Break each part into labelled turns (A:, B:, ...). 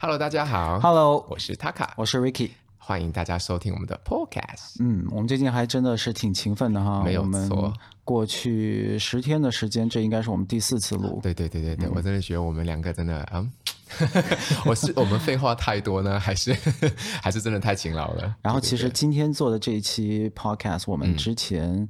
A: Hello，大家好
B: Hello，
A: 我是 Taka，
B: 我是 Ricky。
A: 欢迎大家收听我们的 Podcast。
B: 嗯，我们最近还真的是挺勤奋的哈，
A: 没有
B: 我们
A: 错
B: 过去十天的时间，这应该是我们第四次录。
A: 啊对对对对
B: 嗯
A: 对，我真的觉得我们两个真的，嗯， 我是 我们废话太多呢，还是 还是真的太勤劳了？
B: 然后
A: 对嗯
B: 其实今天做的这一期 podcast，我们之前、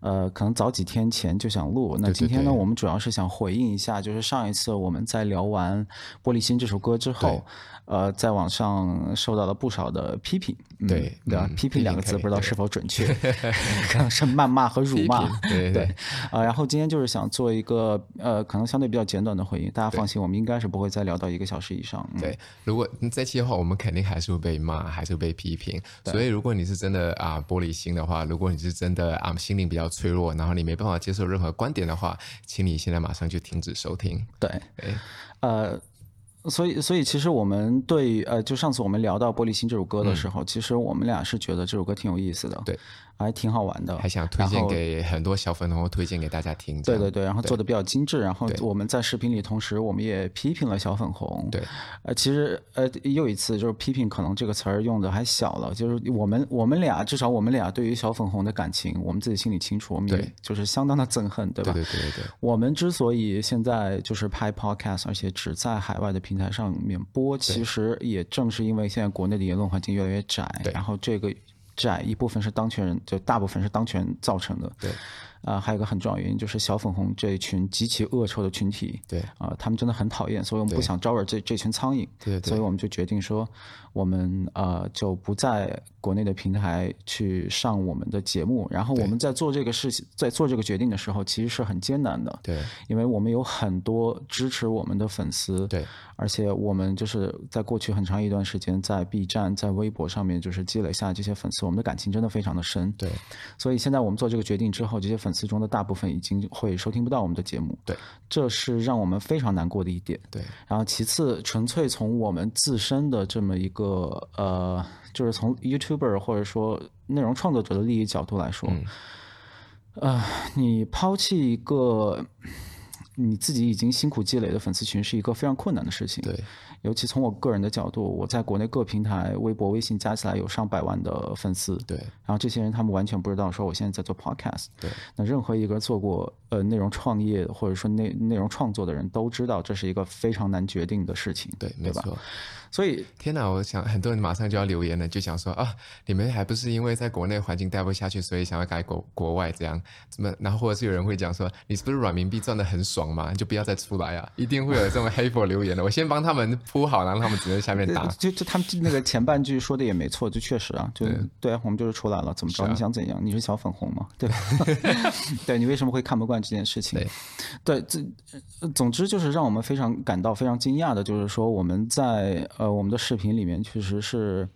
B: 呃可能早几天前就想录。那
A: 对
B: 今天呢，
A: 对
B: 我们主要是想回应一下，就是上一次我们在聊完《玻璃心》这首歌之后，呃，在网上受到了不少的批评。嗯
A: 对
B: 对吧
A: 嗯？批
B: 批
A: 评
B: 评两个
A: 可
B: 字
A: 以
B: 不知道
A: 对
B: 是否准确， 可能是谩骂和辱
A: 批
B: 骂
A: 评。对对对
B: 对，呃，然后今天就是想做一个呃，可能相对比较简短的回应。大家放心，我们应该是不会再聊到一个小时以上。嗯
A: 对，如果这期的话，我们肯定还是会被骂，还是会被批评。所以，如果你是真的啊、玻璃心的话，如果你是真的啊、心灵比较脆弱，然后你没办法接受任何观点的话，请你现在马上就停止收听。哎
B: 对，
A: 对，
B: 呃，所以所以其实我们对呃，就上次我们聊到《玻璃心》这首歌的时候，其实我们俩是觉得这首歌挺有意思的，
A: 嗯对，
B: 还挺好玩的，
A: 还想推荐
B: 哦然后。
A: 给很多小粉红，推荐给大家听。这
B: 对
A: 样
B: 对对，然后做的比较精致，然后我们在视频里，同时我们也批评了小粉红。
A: 对，
B: 呃，其实呃又一次就是批评，可能这个词儿用的还小了，就是我们我们俩至少我们俩对于小粉红的感情，我们自己心里清楚，我们
A: 对
B: 也就是相当的憎恨，对吧？
A: 对对对对对
B: 我们之所以现在就是拍 podcast，而且只在海外的平台上面播，其实也正是因为现在国内的言论环境越来越窄
A: 对，
B: 然后这个窄一部分是当权人，就大部分是当权造成的。
A: 对，
B: 啊、还有一个很重要的原因就是小粉红这一群极其恶臭的群体，
A: 对
B: 啊、他们真的很讨厌，所以我们不想招惹这这群苍蝇，
A: 对对
B: 所以我们就决定说，我们呃就不在国内的平台去上我们的节目。然后我们在做这个事情，在做这个决定的时候，其实是很艰难的，
A: 对
B: 因为我们有很多支持我们的粉丝，
A: 对，
B: 而且我们就是在过去很长一段时间，在 B 站、在微博上面就是积累下来这些粉丝，我们的感情真的非常的深，
A: 对
B: 所以现在我们做这个决定之后，这些粉丝中的大部分已经会收听不到我们的节目，
A: 对，
B: 这是让我们非常难过的一点。
A: 对
B: 然后其次，纯粹从我们自身的这么一个呃，就是从 YouTuber 或者说内容创作者的利益角度来说，
A: 嗯
B: 呃，你抛弃一个你自己已经辛苦积累的粉丝群是一个非常困难的事情。
A: 对，
B: 尤其从我个人的角度，我在国内各平台，微博、微信加起来有上百万的粉丝，
A: 对
B: 然后这些人他们完全不知道说我现在在做 podcast。
A: 对，
B: 那任何一个做过呃内容创业或者说内内容创作的人都知道，这是一个非常难决定的事情。
A: 对，没
B: 吧
A: 错。
B: 所以
A: 天哪！我想很多人马上就要留言了，就想说啊，你们还不是因为在国内环境待不下去，所以想要改国国外这样？怎么？然后或者是有人会讲说，你是不是软民币赚的很爽嘛？你就不要再出来啊！一定会有这种黑佛留言的。我先帮他们铺好，然后他们只能下面
B: 呃
A: 打。
B: 就就他们那个前半句说的也没错，就确实啊，就对啊，我们就是出来了，怎么着？你想怎样？你是小粉红吗？对吧？对你为什么会看不惯这件事情？对，这呃总之就是让我们非常感到非常惊讶的，就是说我们在呃我们的视频里面确实是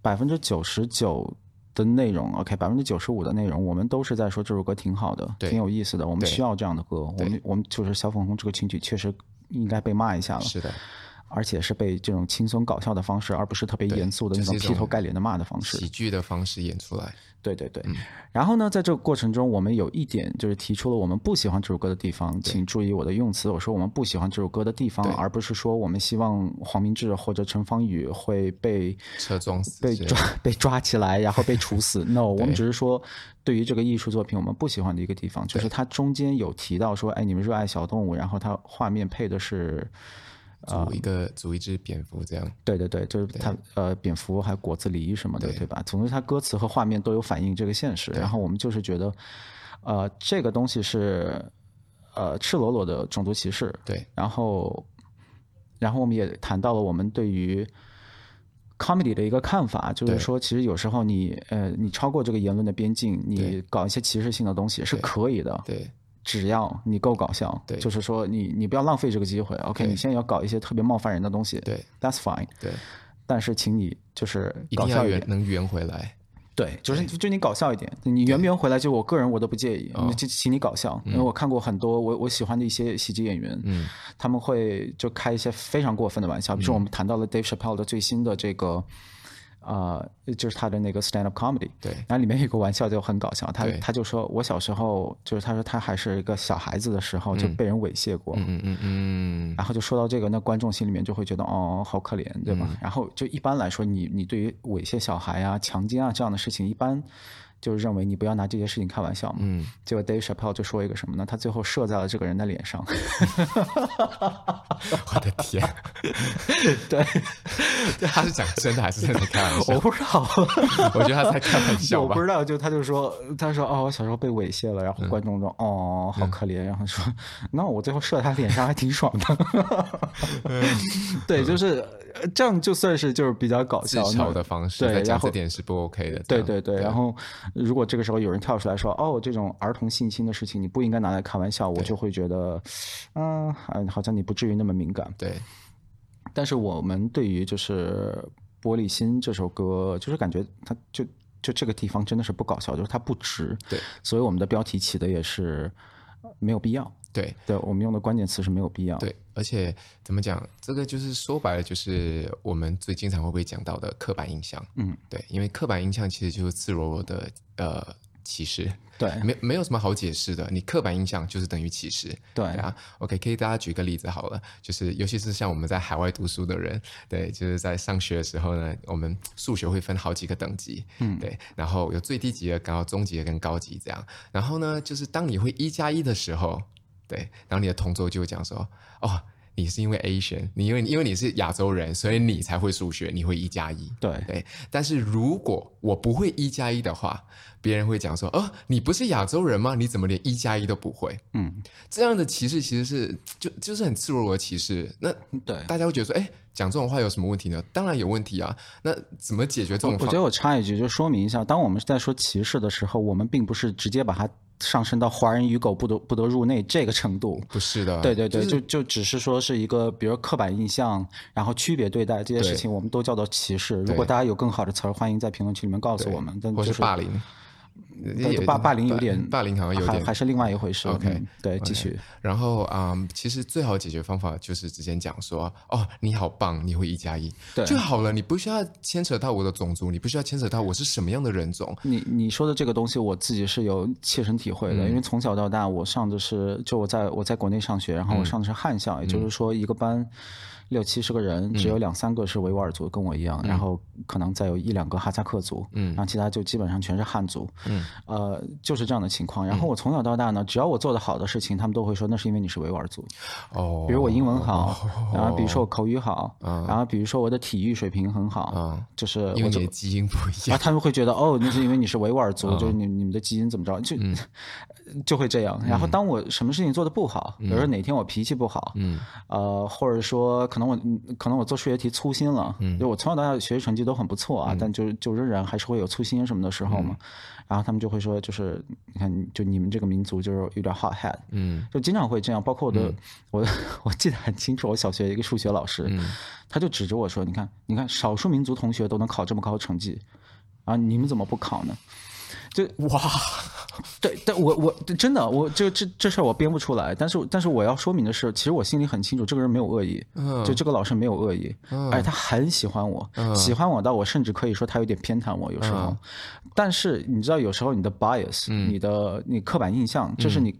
B: 百分之九十九。的内容，OK，百分之九十五的内容，我们都是在说这首歌挺好的，
A: 对
B: 挺有意思的，我们需要这样的歌，我们我们就是小粉红这个群体确实应该被骂一下了，
A: 是的，
B: 而且是被这种轻松搞笑的方式，而不是特别严肃的那种
A: 就是一
B: 劈
A: 种
B: 头盖脸的骂的方式。
A: 喜剧的方式演出来。
B: 对对
A: 嗯
B: 对。然后呢，在这个过程中，我们有一点就是提出了我们不喜欢这首歌的地方，请注意我的用词，我说我们不喜欢这首歌的地方
A: 对，
B: 而不是说我们希望黄明志或者陈芳宇会被
A: 车撞死
B: 被
A: 之 类的
B: 抓被抓起来，然后被处死。no，我 们只是说，对于这个艺术作品，我们不喜欢的一个地方，就是它中间有提到说，哎，你们热爱小动物，然后它画面配的是。啊
A: 组一个组一只蝙蝠这样。
B: 对对对，就是他呃，蝙蝠还有果子狸什么的，
A: 对
B: 对吧？总之，他歌词和画面都有反映这个现实。然后我们就是觉得，呃，这个东西是呃赤裸裸的种族歧视。
A: 对
B: 然后，然后我们也谈到了我们对于 comedy 的一个看法，就是
A: 对
B: 说，其实有时候你呃，你超过这个言论的边境，你
A: 对
B: 搞一些歧视性的东西是可以的。
A: 对
B: 只要你够搞笑，
A: 对
B: 就是说你你不要浪费这个机会，OK？
A: 对
B: 你现在要搞一些特别冒犯人的东西，
A: 对
B: ，That's fine。
A: 对，
B: 但是请你就是
A: 一
B: 搞
A: 定要
B: 笑一
A: 圆
B: 点，
A: 能圆回来。
B: 对，就是就你搞笑一点，你圆不圆回来，就我个人我都不介意，
A: 哦
B: 你就请你搞笑，
A: 嗯
B: 因为我看过很多我我喜欢的一些喜剧演员，嗯，他们
A: 嗯
B: 会就开一些非常过分的玩笑，比如说我们谈到了 Dave Chappelle 的最新的这个。啊、呃，就是他的那个 stand up comedy，
A: 对，
B: 然后里面有个玩笑就很搞笑，他
A: 对
B: 他就说我小时候就是他说他还是一个小孩子的时候就被人猥亵过，
A: 嗯嗯嗯嗯，
B: 然后就说到这个，那观众心里面就会觉得哦，好可怜，对吧？然后就一般来说，你你对于猥亵小孩啊、强奸啊这样的事情，一般就是认为你不要拿这些事情开玩笑嘛。嗯，结果 Dave Chappelle 就说一个什么呢？他最后射在了这个人的脸上。
A: 我的天，
B: 对，
A: 他是讲真的还是在开玩笑
B: 我？不知道，
A: 我觉得他在开玩笑
B: 我
A: 吧
B: 不。知道，就他就说，他说哦，我小时候被猥亵了，然后观众说、哦，好可怜，然后说那我最后射他脸上还挺爽的，嗯 对，就是呃这样就算是就是比较搞
A: 自
B: 笑
A: 嘲的方式，
B: 对
A: 在讲
B: 然后
A: 这点是不 OK 的。
B: 对
A: 这样
B: 对对，然后如果这个时候有人跳出来说哦，这种儿童性侵的事情你不应该拿来开玩笑，我就会觉得，嗯、哎好像你不至于那么敏感。
A: 对，
B: 但是我们对于就是《玻璃心》这首歌，就是感觉它就就这个地方真的是不搞笑，就是它不值。
A: 对，
B: 所以我们的标题起的也是呃没有必要。
A: 对
B: 对，我们用的关键词是没有必要。
A: 对，而且怎么讲，这个就是说白了，就是我们最经常会被讲到的刻板印象。
B: 嗯，
A: 对，因为刻板印象其实就是赤裸裸的呃歧视，
B: 对
A: 没没有什么好解释的。你刻板印象就是等于歧视。
B: 对
A: 对啊，OK，可以大家举个例子好了，就是尤其是像我们在海外读书的人，对，就是在上学的时候呢，我们数学会分好几个等级，嗯，对，然后有最低级的，然后中级的跟高级这样，然后呢，就是当你会一加一的时候，对，然后你的同桌就会讲说，哦。你是因为 Asian，你因为因为你是亚洲人，所以你才会数学，你会一加一。
B: 对
A: 对，但是如果我不会一加一的话，别人会讲说：“哦，你不是亚洲人吗？你怎么连一加一都不会？”
B: 嗯，
A: 这样的歧视其实是就就是很赤裸裸的歧视。那
B: 对
A: 大家会觉得说：“哎，讲这种话有什么问题呢？”当然有问题啊。那怎么解决这种
B: 我
A: 方
B: 觉？得我插一句，就说明一下，当我们在说歧视的时候，我们并不是直接把它上升到华人与狗不得不得入内这个程度。
A: 不啊是的，
B: 对对对，就就只是说是一个，比如刻板印象，然后区别对待这些
A: 对
B: 事情，我们都叫做歧视。如果大家有更好的词儿，欢迎在评论区里面告诉我们。但
A: 或
B: 就是
A: 霸凌，
B: 对
A: 也
B: 霸霸凌有点
A: 霸凌好像有
B: 还
A: 点
B: 还是另外一回事。
A: OK，
B: 嗯对，继续。
A: 然后啊、嗯其实最好解决方法就是直接讲说，哦，你好棒，你会一加一
B: 对
A: 就好了，你不需要牵扯到我的种族，你不需要牵扯到我是什么样的人种。
B: 你你说的这个东西，我自己是有切身体会的，
A: 嗯
B: 因为从小到大，我上的是就我在我在国内上学，然后我
A: 嗯
B: 上的是汉校，也就是说一个班六七十个人，只
A: 嗯
B: 有两三个是维吾尔族，跟我一样，然后可能再有一两个哈萨克族，嗯，然后其他就基本上全是汉族，嗯，呃，就是这样的情
A: 嗯
B: 况。然后我从小到大呢，只要我做的好的事情，他们都会说那是因为你是维吾尔族，
A: 哦，
B: 比如我英文好，然后比如说我口语好，然后比如说我的体育水平很好
A: 嗯，
B: 就是
A: 因
B: 我
A: 为
B: 就
A: 你的基因不一
B: 然
A: 样。
B: 后他们会觉得哦，那是因为你是维吾尔族，就是你你们的基因怎么着，就、 就会这样。然后当我什么事情做的不好，比如说哪天我脾气不好， 嗯，呃，或者说可能我嗯可能我做数学题粗心了，嗯，就我从小到大学习成绩都很不错啊，但就就仍然还是会有粗心什么的时候嘛。然后他们就会说，就是你看，就你们这个民族就是有点 hot head，
A: 嗯
B: 就经常会这样。包括我的，我 我记得很清楚，我小学一个数学老师，他就指着我说：“你看，你看，少数民族同学都能考这么高成绩，啊，你们怎么不考呢？”就
A: 哇，
B: 对，但我我真的我这这这事儿我编不出来，但是但是我要说明的是，其实我心里很清楚，这个人没有恶意，
A: 嗯
B: 就这个老师没有恶意，而且他很喜欢我，喜欢我到我甚至可以说他有点偏袒我有时候，
A: 嗯
B: 但是你知道有时候你的 bias，、你的你刻板印象，这
A: 嗯
B: 是你。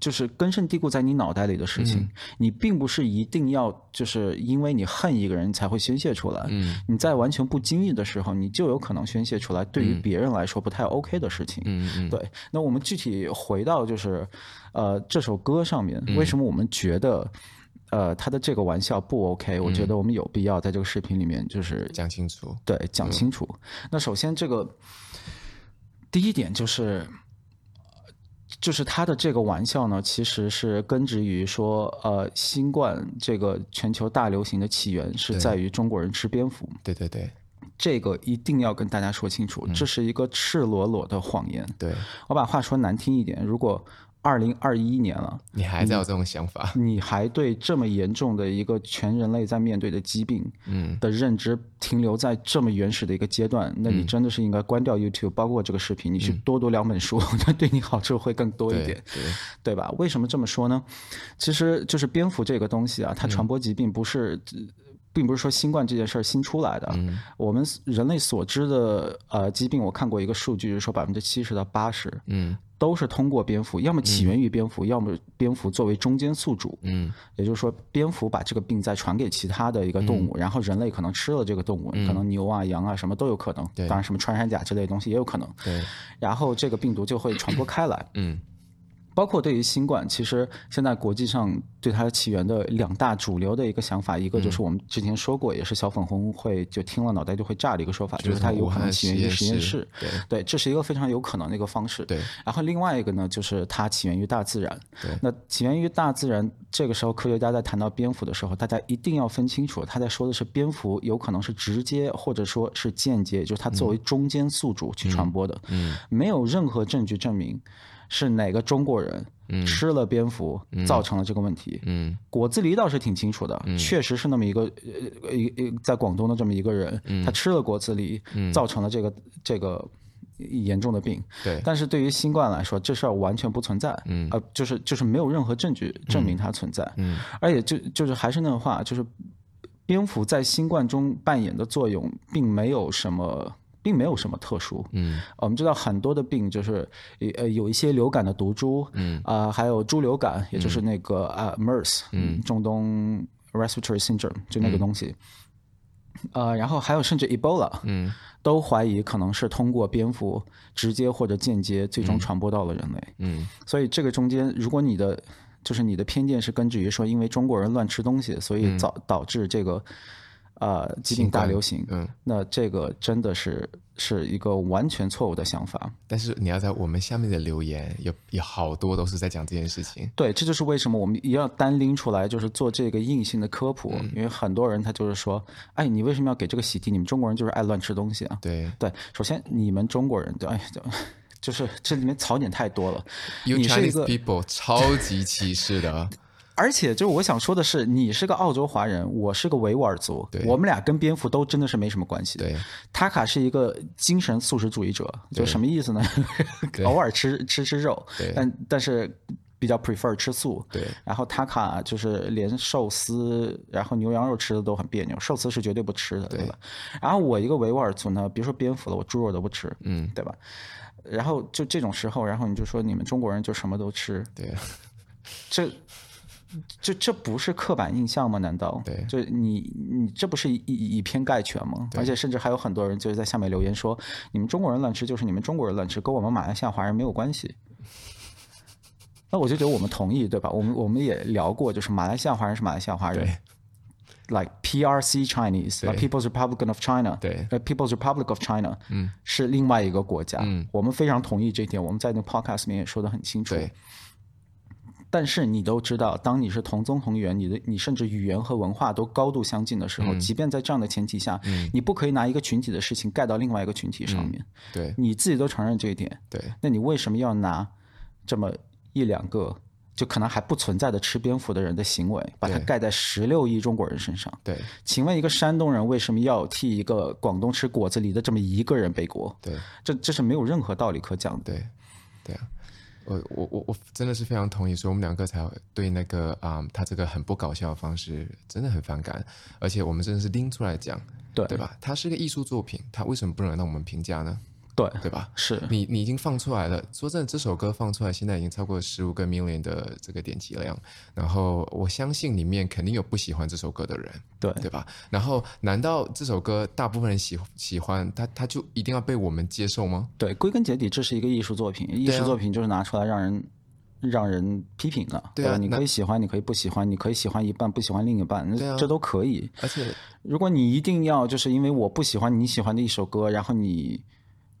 B: 就是根深蒂固在你脑袋里的事情，你并不是一定要就是因为你恨一个人才会宣泄出来。
A: 嗯
B: 你在完全不经意的时候，你就有可能宣泄出来对于别人来说不太 OK 的事情。
A: 嗯嗯，
B: 对，那我们具体回到就是，呃，这首歌上面，
A: 嗯
B: 为什么我们觉得，呃，他的这个玩笑不 OK？我觉得我们有必要在这个视频里面就是
A: 嗯讲嗯清楚。
B: 对讲清楚。那首先这个第一点就是。就是他的这个玩笑呢，其实是根植于说，呃，新冠这个全球大流行的起源是
A: 对
B: 在于中国人吃蝙蝠，
A: 对对对
B: 这个一定要跟大家说清楚，这是一个赤裸裸的谎言。
A: 对，
B: 我把话说难听一点，如果二零二一年了，
A: 你还在有这种想法？
B: 你还对这么严重的一个全人类在面对的疾病，嗯，的认知停留在这么原始的一个阶段，那你真的是应该关掉 YouTube，包括这个视频，你去多读两本书， 那对你好处会更多一
A: 对
B: 点，
A: 对
B: 对吧？
A: 嗯
B: 为什么这么说呢？其实就是蝙蝠这个东西啊，它传播疾病不是。呃并不是说新冠这件事儿新出来的。
A: 嗯
B: 我们人类所知的呃疾病，我看过一个数据，是说百分之七十到八十
A: 嗯
B: 都是通过蝙蝠，要么起源于蝙蝠，要么蝙蝠作为中间宿主。
A: 嗯
B: 也就是说，蝙蝠把这个病再传给其他的一个动
A: 嗯
B: 物，然后人类可能吃了这个动物，可能牛啊、羊啊什么都有可能，
A: 对
B: 当然什么穿山甲之类的东西也有可能。
A: 对
B: 然后这个病毒就会传播开来。
A: 嗯
B: 包括对于新冠，其实现在国际上对它起源的两大主流的一个想法，一个就是我们之前说过，也是小粉红会就听了脑袋就会炸的一个说法，
A: 就是
B: 啊就是它有可能起源于
A: 从武汉实
B: 实
A: 验
B: 验
A: 室
B: 室。对，这是一个非常有可能的一个方式。
A: 对
B: 然后另外一个呢，就是它起源于大自然。
A: 对
B: 那起源于大自然，这个时候科学家在谈到蝙蝠的时候，大家一定要分清楚，他在说的是蝙蝠有可能是直接或者说是间接，就是它作为中间宿主去传播的。
A: 嗯，
B: 没有任何证据证明是哪个中国人吃了蝙蝠造成了这个问题。
A: 嗯
B: 果子狸倒是挺清楚的，确实是那么一个呃一一在广东的这么一个人，他吃了果子狸，造成了这个这个严重的病。
A: 对
B: 但是对于新冠来说，这事儿完全不存在，嗯，呃，就是就是没有任何证据证明它存在，嗯，而且就就是还是那句话，就是蝙蝠在新冠中扮演的作用，并没有什么。并没有什么特殊，
A: 嗯，
B: 我们知道很多的病就是，呃，有一些流感的毒株，嗯，啊、还有猪流感，也就是那个啊、MERS，嗯，中东 respiratory syndrome 就那个东西，呃，然后还有甚至 Ebola，
A: 嗯
B: 都怀疑可能是通过蝙蝠直接或者间接最终传播到了人类。
A: 嗯
B: 所以这个中间，如果你的就是你的偏见是根据于说，因为中国人乱吃东西，所以导导致这个呃疾病大流行，
A: 嗯，
B: 那这个真的是是一个完全错误的想法。
A: 但是你要在我们下面的留言有有好多都是在讲这件事情。
B: 对，这就是为什么我们一定要单拎出来，就是做这个硬性的科普，
A: 嗯
B: 因为很多人他就是说，哎，你为什么要给这个洗涤？你们中国人就是爱乱吃东西啊。
A: 对
B: 对，首先你们中国人，对，哎，就就是这里面槽点太多了。
A: ，You
B: 你是一
A: Chinese
B: 个，
A: people 超级歧视 的，
B: 而且就是我想说的是，你是个澳洲华人，我是个维吾尔族
A: 对，
B: 我们俩跟蝙蝠都真的是没什么关系。
A: 对，
B: 塔卡是一个精神素食主义者，就什么意思呢？ 偶尔吃吃吃肉
A: 对，
B: 但但是比较 prefer 吃素。
A: 对
B: 然后塔卡就是连寿司，然后牛羊肉吃的都很别扭，寿司是绝对不吃的，对吧？然后我一个维吾尔族呢，别说蝙蝠了，我猪肉都不吃，嗯，对吧？然后就这种时候，然后你就说你们中国人就什么都吃，
A: 对
B: 这这这不是刻板印象吗？难道
A: 对
B: 就你你这不是以以以偏概全吗？而且甚至还有很多人就是在下面留言说，你们中国人乱吃就是你们中国人乱吃，跟我们马来西亚华人没有关系。那我就觉得我们同意，对吧？我们我们也聊过，就是马来西亚华人是马来西亚华人
A: 对
B: ，like PRC Chinese，like
A: 对
B: People's Republic of China，
A: 对
B: 呃，People's Republic of China，嗯，是另外一个国家，
A: 嗯，
B: 我们非常同意这一点，我们在那个 podcast 里面也说得很清楚，
A: 对
B: 但是你都知道，当你是同宗同源，你的你甚至语言和文化都高度相近的时候，
A: 嗯
B: 即便在这样的前提下，你不可以拿一个群体的事情盖到另外一个群体上面。
A: 对
B: 你自己都承认这一点，
A: 对
B: 那你为什么要拿这么一两个就可能还不存在的吃蝙蝠的人的行为，把它
A: 对
B: 盖在十六亿中国人身上？
A: 对
B: 请问一个山东人为什么要替一个广东吃果子狸的这么一个人背锅？
A: 对
B: 这这是没有任何道理可讲的。
A: 对对啊！我我我我真的是非常同意，所以我们两个才对那个啊、他这个很不搞笑的方式真的很反感，而且我们真的是拎出来讲，
B: 对
A: 对吧？它是个艺术作品，它为什么不能让我们评价呢？
B: 对，
A: 对吧？
B: 是
A: 你你已经放出来了。说真的，这首歌放出来，现在已经超过十五个 million 的这个点击量。然后我相信里面肯定有不喜欢这首歌的人，
B: 对
A: 对吧？然后难道这首歌大部分人喜喜欢，它它就一定要被我们接受吗？
B: 对，归根结底，这是一个艺术作品。艺
A: 对啊
B: 术作品就是拿出来让人、让人批评的，
A: 对啊
B: 吧？你
A: 那
B: 可以喜欢，你可以不喜欢，你可以喜欢一半，不喜欢另一半，
A: 对啊
B: 这都可以。
A: 而且
B: 如果你一定要就是因为我不喜欢你喜欢的一首歌，然后你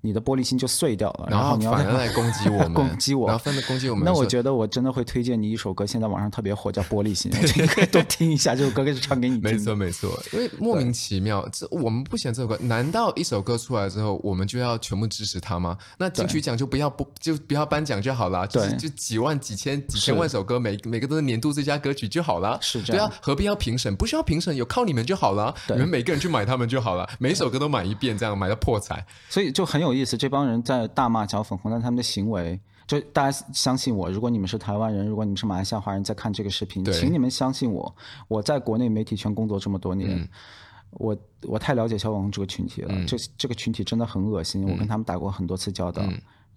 B: 你的玻璃心就碎掉了，然
A: 然后
B: 你要
A: 反而来攻击我们，
B: 攻击我
A: 然后分别攻击我们。
B: 那我
A: 说
B: 觉得我真的会推荐你一首歌，现在网上特别火，叫《玻 璃心》， 你可以多听一下这首歌，可以唱给你
A: 没
B: 听。
A: 错没错，因为莫名其妙，这我们不喜欢这首歌，难道一首歌出来之后，我们就要全部支持它吗？那金曲奖就不要不就不要颁奖就好啦，就是
B: 对
A: 就几万几千几千
B: 是
A: 万首歌，每每个都是年度最佳歌曲就好啦。
B: 是这
A: 对
B: 样
A: 啊，何必要评审？不需要评审，有靠你们就好啦。你
B: 对
A: 们每个人去买他们就好了，每一首歌都买一遍，这样买到破财。
B: 所以就很有意思，这帮人在大骂小粉红，但他们的行为就大家相信我，如果你们是台湾人，如果你们是马来西亚华人，在看这个视频，
A: 对
B: 请你们相信我，我在国内媒体圈工作这么多年。
A: 嗯
B: 我我太了解小网红这个群体了，这这个群体真的很恶
A: 嗯
B: 心，我跟他们打过很多次交道。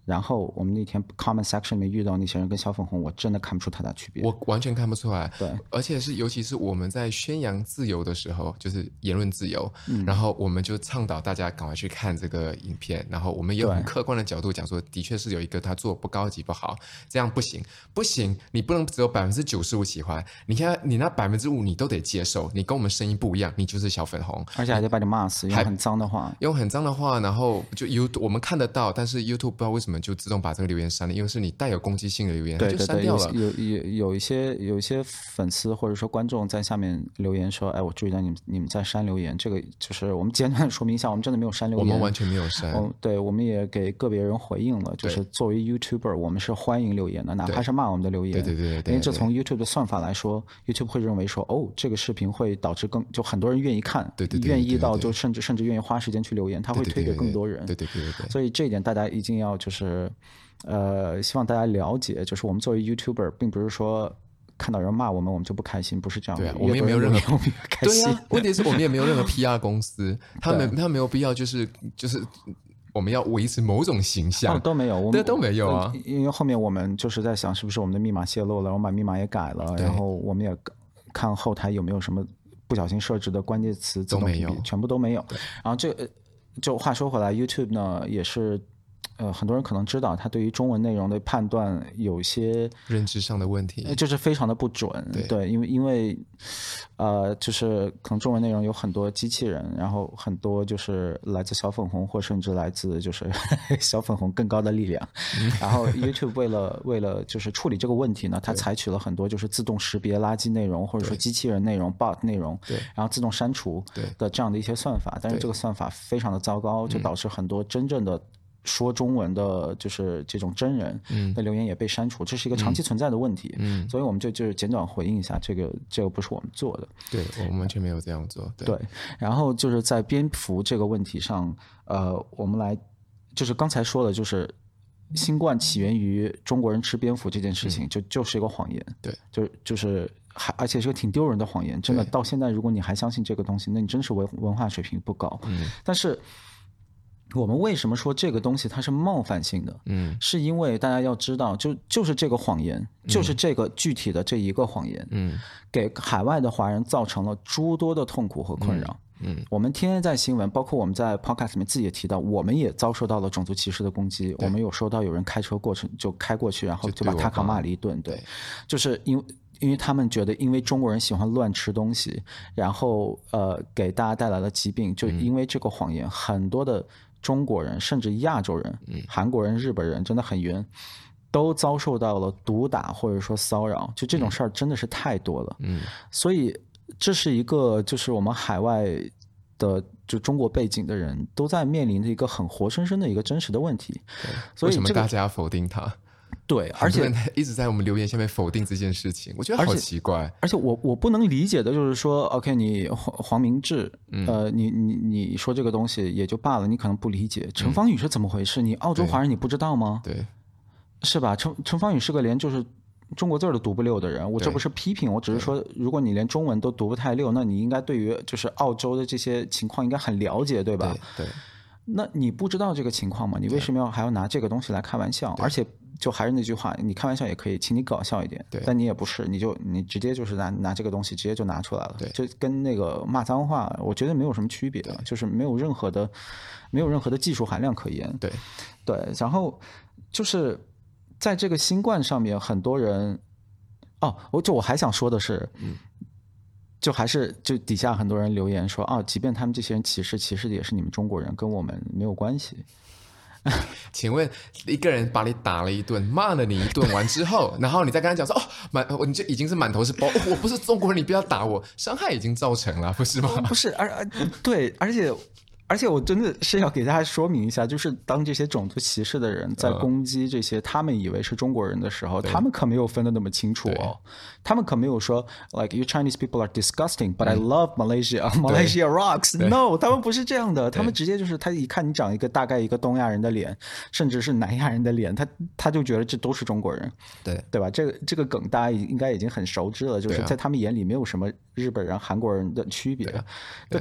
B: 然后我们那天 comment section 里面遇到那些人跟小粉红，我真的看不出太大区别。
A: 我完全看不出来。
B: 对，
A: 而且是尤其是我们在宣扬自由的时候，就是言论自由，
B: 嗯
A: 然后我们就倡导大家赶快去看这个影片，然后我们用很
B: 对
A: 客观的角度讲说，的确是有一个他做不高级不好，这样不行，不行，你不能只有百分之九十五喜欢，你看你那百分之五你都得接受，你跟我们声音不一样，你就是小粉红，
B: 而且还得把你骂死，用很脏的话。
A: 用很脏的话，然后就 You 我们看得到，但是 YouTube 不知道为什么就自动把这个留言删了，因为是你带有攻击性的留言，它
B: 对
A: 就
B: 对
A: 删
B: 对，
A: 掉
B: 有
A: 了。
B: 有有有一些有一些粉丝或者说观众在下面留言说：“哎，我注意到你们你们在删留言，这个就是我们简短地说明一下，我们真的没有删留
A: 我
B: 言，
A: 们完全没有删，
B: 嗯，对，我们也给个别人回应了，就是作为 YouTuber，我们是欢迎留言的，哪怕是骂我们的留言，
A: 对对对对对
B: 因为这从 YouTube 的算法来说，YouTube 会认为说，哦，这个视频会导致更就很多人愿意看，
A: 对对对
B: 愿
A: 对
B: 意
A: 对
B: 到
A: 对
B: 就甚至甚至愿意花时间去留言，他会
A: 对对
B: 推
A: 对
B: 给更多人，
A: 对对对对 对。
B: 所以这一点大家一定要就是，呃，希望大家了解，就是我们作为 YouTuber，并不是说。看到人骂我们，我们就不开心，不是这样的。
A: 对啊我们也
B: 越多
A: 没有
B: 人
A: 任
B: 留言
A: 何
B: 我 们越开
A: 对啊
B: 心。
A: 呀、问题是我们也没有任何 PR 公司， 他没
B: 啊
A: 他没有必要就是就是我们要维持某种形象，
B: 哦，都没有，我
A: 对
B: 们
A: 都没有啊。
B: 呃因为后面我们就是在想，是不是我们的密码泄露了，我们把密码也改了，然后我们也看后台有没有什么不小心设置的关键词自动
A: 没
B: 屏蔽
A: 有
B: 全部都没有。然后这个呃就话说回来，YouTube 呢也是。呃，很多人可能知道，它对于中文内容的判断有些
A: 认知上的问题
B: 呃，就是非常的不准，
A: 对
B: 因为因为，呃，就是可能中文内容有很多机器人，然后很多就是来自小粉红，或甚至来自就是 小粉红更高的力量，
A: 嗯
B: 然后 YouTube 为了为了就是处理这个问题呢，它采取了很多就是自动识别垃圾内容，或者说机器人内容、bot 内容，
A: 对
B: 然后自动删除
A: 对
B: 的这样的一些算法，但是
A: 对嗯
B: 这个算法非常的糟糕，就导致很多真正的。说中文的，就是这种真人的留言也被删除，这是一个长期存在的问题。
A: 嗯，
B: 所以我们就就是简短回应一下，这个这个不是我们做的。
A: 对我们完全没有这样做，对
B: 对，然后就是在蝙蝠这个问题上，呃，我们来就是刚才说的，就是新冠起源于中国人吃蝙蝠这件事情，就就是一个谎言。
A: 嗯对，
B: 就就是还而且是个挺丢人的谎言，真的
A: 对
B: 到现在，如果你还相信这个东西，那你真是文文化水平不高。
A: 嗯
B: 但是我们为什么说这个东西它是冒犯性的？
A: 嗯
B: 是因为大家要知道，就就是这个谎言，就是这个具体的这一个谎言，
A: 嗯
B: 给海外的华人造成了诸多的痛苦和困扰。
A: 嗯，
B: 我们天天在新闻，包括我们在 podcast 里面自己也提到，我们也遭受到了种族歧视的攻击。我们有收到有人开车过去就开过去，然后
A: 就
B: 就
A: 对
B: 把
A: 我
B: 他卡
A: 骂
B: 骂了一顿。对
A: 对，
B: 就是因为。因为他们觉得，因为中国人喜欢乱吃东西，然后呃，给大家带来了疾病，就因为这个谎言，很多的中国人，甚至亚洲人、韩国人、日本人，真的很冤，都遭受到了毒打或者说骚扰，就这种事儿真的是太多了。
A: 嗯，
B: 所以这是一个就是我们海外的就中国背景的人都在面临的一个很活生生的一个真实的问题。所
A: 为
B: 以
A: 什么
B: 这个
A: 大家要否定他？
B: 对，而且
A: 很多人一直在我们留言下面否定这件事情，我觉得
B: 而
A: 好
B: 且
A: 奇怪。
B: 而且我我不能理解的就是说，OK，你黄黄明志，
A: 嗯
B: 呃，你你你说这个东西也就罢了，你可能不理解
A: 嗯
B: 陈芳宇是怎么回事，你澳洲华人你不知道吗？
A: 对
B: 是吧？陈陈芳宇是个连就是中国字儿都读不溜的人，我这
A: 对
B: 不是批评，我只是说，如果你连中文都读不太溜，那你应该对于就是澳洲的这些情况应该很了解，对吧？
A: 对对，
B: 那你不知道这个情况吗？你为什么要还要拿这个东西来开玩笑？而且就还是那句话，你开玩笑也可以，请你搞笑一点。
A: 对
B: 但你也不是，你就你直接就是拿拿这个东西直接就拿出来了，
A: 对
B: 就跟那个骂脏话，我觉得没有什么区别，就是没有任何的没有任何的技术含量可言。
A: 对
B: 对，然后就是在这个新冠上面，很多人哦，我就我还想说的是，嗯，就还是就底下很多人留言说啊，即便他们这些人歧视，歧视的也是你们中国人，跟我们没有关系。
A: 请问一个人把你打了一顿，骂了你一顿，完之后，然后你再跟他讲说哦，满我你就已经是满头是包， 哦我不 是中国人，你不要打我，伤害已经造成了，不是吗？
B: 呃不是，而而对，而且而且我真的是要给大家说明一下，就是当这些种族歧视的人在攻击这些他们以为是中国人的时候，他们可没有分的那么清楚哦，他们可没有说 like you Chinese people are disgusting, but I love Malaysia, Malaysia rocks. No，他们不是这样的，他们直接就是他一看你长一个大概一个东亚人的脸，甚至是南亚人的脸，他他就觉得这都是中国人，
A: 对
B: 对吧？这个这个梗大家应该已经很熟知了，
A: 啊
B: 就是在他们眼里没有什么日本人、韩国人的区别，
A: 啊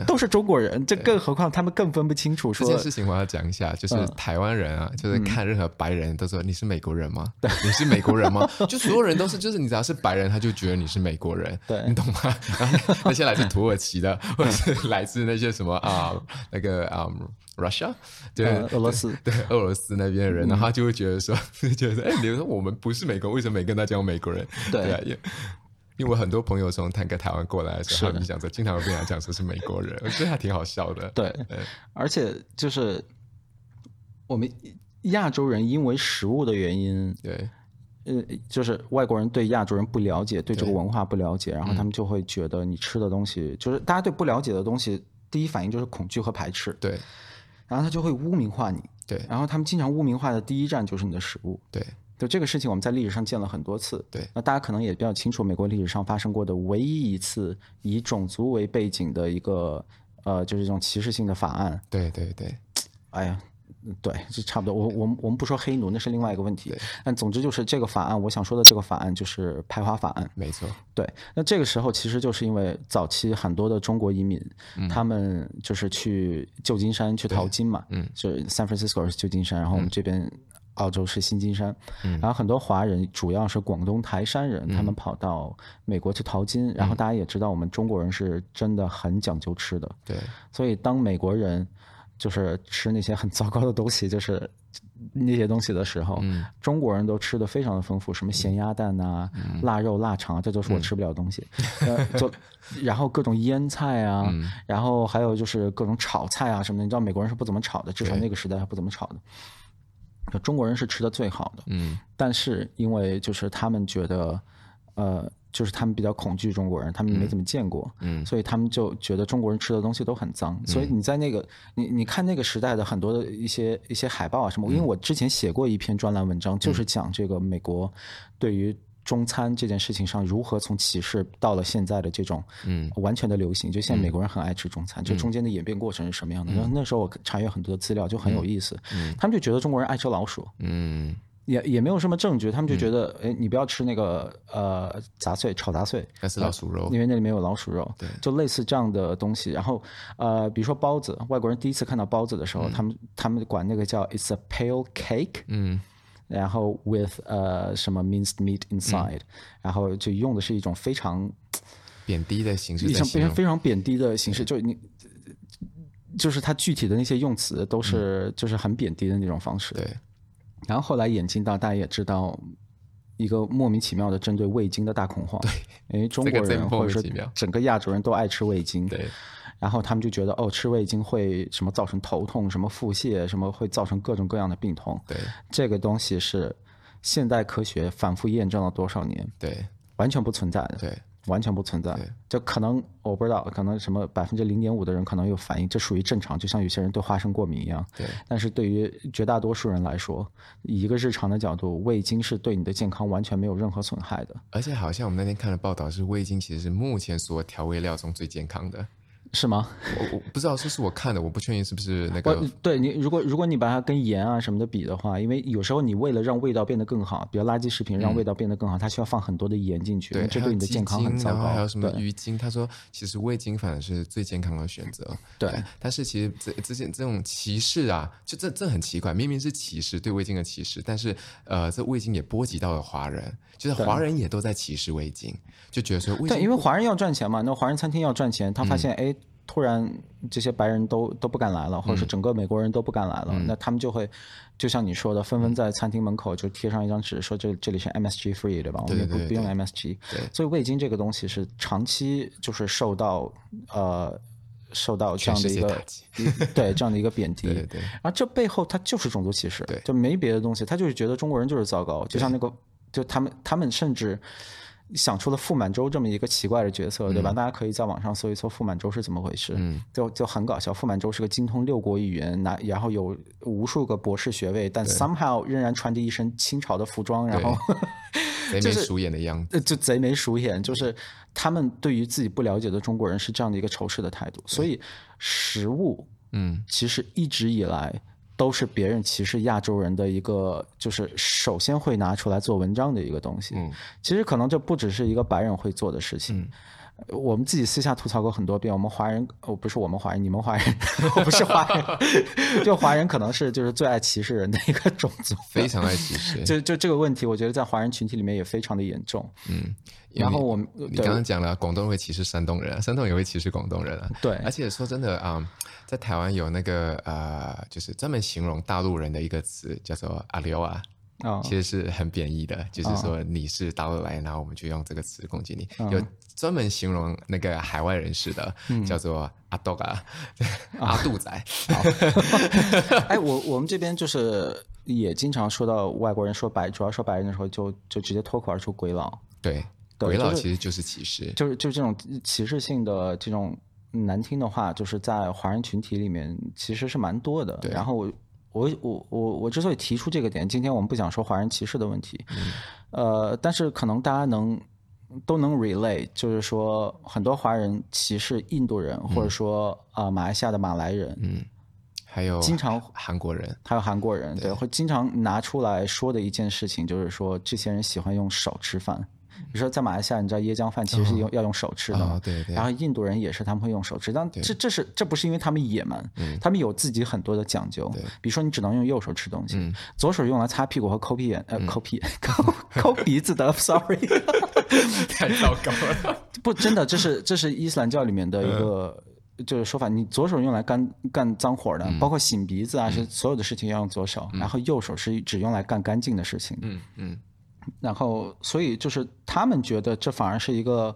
B: 都是中国人，这更何况他们。更分不清 楚
A: 这件事情，我要讲一下，就是台湾人啊，嗯、就是看任何白人都说你是美国人吗？
B: 对，
A: 你是美国人吗？ 就所有人都是，就是你只要是白人，他就觉得你是美国人，
B: 对
A: 你懂吗？ 然后那些来自土耳其的，或者是来自那些什么啊、呃，那个啊、呃、，Russia，对、
B: 呃、俄罗斯，
A: 对 俄罗斯那边的人，然后他就会觉得说， 嗯、觉得哎，你说我们不是美国，为什么每个人都叫美国人？
B: 对,
A: 对啊，也。因为我很多朋友从坦克台湾过来的时候，他们讲说，经常会跟他讲说是美国 人，我觉得还挺好笑的。
B: 对，对而且就是我们亚洲人因为食物的原因，
A: 对，
B: 呃，就是外国人对亚洲人不了解，对这个文化不了解，然后他
A: 嗯
B: 们就会觉得你吃的东西，嗯、就是大家对不了解的东西，第一反应就是恐惧和排斥。
A: 对，
B: 然后他就会污名化你。
A: 对，
B: 然后他们经常污名化的第一站就是你的食物。
A: 对。
B: 就这个事情，我们在历史上见了很多次。
A: 对，
B: 那大家可能也比较清楚，美国历史上发生过的唯一一次以种族为背景的一个呃，就是这种歧视性的法案。
A: 对对对，
B: 哎呀，对，就差不多。我我们我们不说黑奴，那是另外一个问题。但总之就是这个法案，我想说的这个法案就是排华法案。
A: 没错。
B: 对，那这个时候其实就是因为早期很多的中国移民，嗯、他们就是去旧金山去淘金嘛，
A: 嗯，
B: 就 San Francisco 是旧金山，然后我们这边。澳洲是新金山，然后很多华人，主要是广东台山人，他们跑到美国去淘金。然后大家也知道，我们中国人是真的很讲究吃的，
A: 对。
B: 所以当美国人就是吃那些很糟糕的东西，就是那些东西的时候，中国人都吃的非常的丰富，什么咸鸭蛋啊、腊肉、腊肠，这都是我吃不了的东西。呃就然后各种腌菜啊，然后还有就是各种炒菜啊什么的，你知道美国人是不怎么炒的，至少那个时代还不怎么炒的。中国人是吃的最好的，
A: 嗯，
B: 但是因为就是他们觉得，呃，就是他们比较恐惧中国人，他们没怎么见过，
A: 嗯，嗯
B: 所以他们就觉得中国人吃的东西都很脏。嗯、所以你在那个你你看那个时代的很多的一些一些海报啊
A: 嗯
B: 什么，因为我之前写过一篇专栏文章，就是讲这个美国对于中餐这件事情上如何从歧视到了现在的这种
A: 嗯
B: 完全的流行。就现在美国人很爱吃中餐，这、
A: 嗯、
B: 中间的演变过程是什么样的？然后那时候我查阅很多资料就很有意思，他们就觉得中国人爱吃老鼠，
A: 嗯。
B: 也也没有什么证据，他们就觉得，哎，你不要吃那个呃杂碎炒杂碎，
A: 那是老鼠肉，
B: 因为那里面有老鼠肉，
A: 对，
B: 就类似这样的东西。然后呃，比如说包子，外国人第一次看到包子的时候，他们他们管那个叫 "It's a pale cake"，
A: 嗯，
B: 然后 with 呃什么 minced meat inside，
A: 嗯
B: 然后就用的是一种非常
A: 贬低的形式，
B: 一种非常非常贬低的形式，就你。就是它具体的那些用词都是就是很贬低的那种方式，
A: 嗯对。
B: 然后后来演进到大家也知道，一个莫名其妙的针对味精的大恐慌。
A: 对，
B: 因为中国人或者说整个亚洲人都爱吃味精。
A: 对，
B: 然后他们就觉得哦，吃味精会什么造成头痛、什么腹泻、什么会造成各种各样的病痛。
A: 对，
B: 这个东西是现代科学反复验证了多少年？
A: 对，
B: 完全不存在的。
A: 对。
B: 完全不存在，就可能我不知道，可能什么百分之零点五的人可能有反应，这属于正常，就像有些人对花生过敏一样。
A: 对，
B: 但是对于绝大多数人来说，以一个日常的角度，味精是对你的健康完全没有任何损害的。
A: 而且好像我们那天看的报道是，味精其实是目前所有调味料中最健康的。
B: 是吗？
A: 我我不知道，这是我看的，我不确定是不是那个。
B: 对你，如果如果你把它跟盐啊什么的比的话，因为有时候你为了让味道变得更好，比如垃圾食品让味道变得更好，嗯、它需要放很多的盐进去，
A: 对，
B: 这对你的健康很糟糕。
A: 啊还有什么鱼精？他说，其实味精反而是最健康的选择。
B: 对，
A: 但是其实这这些这种歧视啊，就这这很奇怪，明明是歧视对味精的歧视，但是呃，这味精也波及到了华人，就是华人也都在歧视味精，就觉得说味精，
B: 对，因为华人要赚钱嘛，那华人餐厅要赚钱，他发现哎。嗯突然，这些白人都都不敢来了，或者是整个美国人都不敢来了，
A: 嗯、
B: 那他们就会，就像你说的，纷纷在餐厅门口就贴上一张纸，说这这里是 MSG free，对吧？
A: 对对对
B: 我们不不用 MSG。所以味精这个东西是长期就是受到呃受到这样的一个对这样的一 个贬低。
A: 对对对。
B: 然后这背后它就是种族歧视，就没别的东西，他就是觉得中国人就是糟糕，就像那个就他们他们甚至。想出了傅满洲这么一个奇怪的角色，对吧？大家可以在网上搜一搜傅满洲是怎么回事，
A: 嗯，
B: 就就很搞笑。傅满洲是个精通六国语言，拿然后有无数个博士学位，但 somehow 仍然穿着一身清朝的服装，然后
A: 贼眉鼠眼的样子，
B: 就贼眉鼠眼，就是他们对于自己不了解的中国人是这样的一个仇视的态度。所以食物，
A: 嗯，
B: 其实一直以来。都是别人歧视亚洲人的一个，就是首先会拿出来做文章的一个东西。
A: 嗯，
B: 其实可能这不只是一个白人会做的事情。
A: 嗯
B: 我们自己私下吐槽过很多遍，我们华人哦不是我们华人，你们华人， 我不是华 人，就华人可能是就是最爱歧视人的一个种族，
A: 非常爱歧视。
B: 就就这个问题，我觉得在华人群体里面也非常的严重。
A: 嗯，
B: 然后我们
A: 你
B: 对
A: 刚刚讲了，广东人会歧视山东人啊，山东人也会歧视广东人啊。
B: 对
A: 而且说真的啊、嗯在台湾有那个呃，就是专门形容大陆人的一个词，叫做“阿刘啊”，
B: 啊
A: 其实是很贬义的，就是
B: 哦
A: 说你是大陆来，然后我们就用这个词攻击你。有专门形容那个海外人士的，
B: 嗯
A: 叫做“阿豆啊”，
B: 哦
A: 阿杜仔。
B: 哎，我我们这边就是也经常说到外国人说白，主要说白人的时候就，就直接脱口而出“鬼佬
A: 对，
B: 对
A: 鬼佬
B: 就是
A: 其实就是歧视”，。
B: 就是就这种歧视性的这种难听的话，就是在华人群体里面其实是蛮多的。
A: 对
B: 然后我我我我我之所以提出这个点，今天我们不想说华人歧视的问题，
A: 嗯
B: 呃，但是可能大家能。都能 relate，就是说很多华人歧视印度人，或者说啊、呃马来西亚的马来人，
A: 嗯，还有
B: 经常
A: 韩国人，
B: 还有韩国人，对，会经常拿出来说的一件事情，就是说这些人喜欢用手吃饭。比如说在马来西亚，你知道椰浆饭其实是用、要用手吃的嘛、
A: 哦对对
B: 然后印度人也是，他们会用手吃，但这这是这不是因为他们野蛮、他们有自己很多的讲究。比如说你只能用右手吃东西，左手用来擦屁股和抠屁眼，呃，抠屁眼、抠 抠鼻子的，sorry。
A: 太糟糕了。
B: 不，真的，这是 这是伊斯兰教里面的一个就是说法，你左手用来干干脏活儿的，包括擤鼻子啊，是所有的事情要用左手，然后右手是只用来干干净的事情。
A: 嗯嗯，
B: 然后，所以就是他们觉得这反而是一个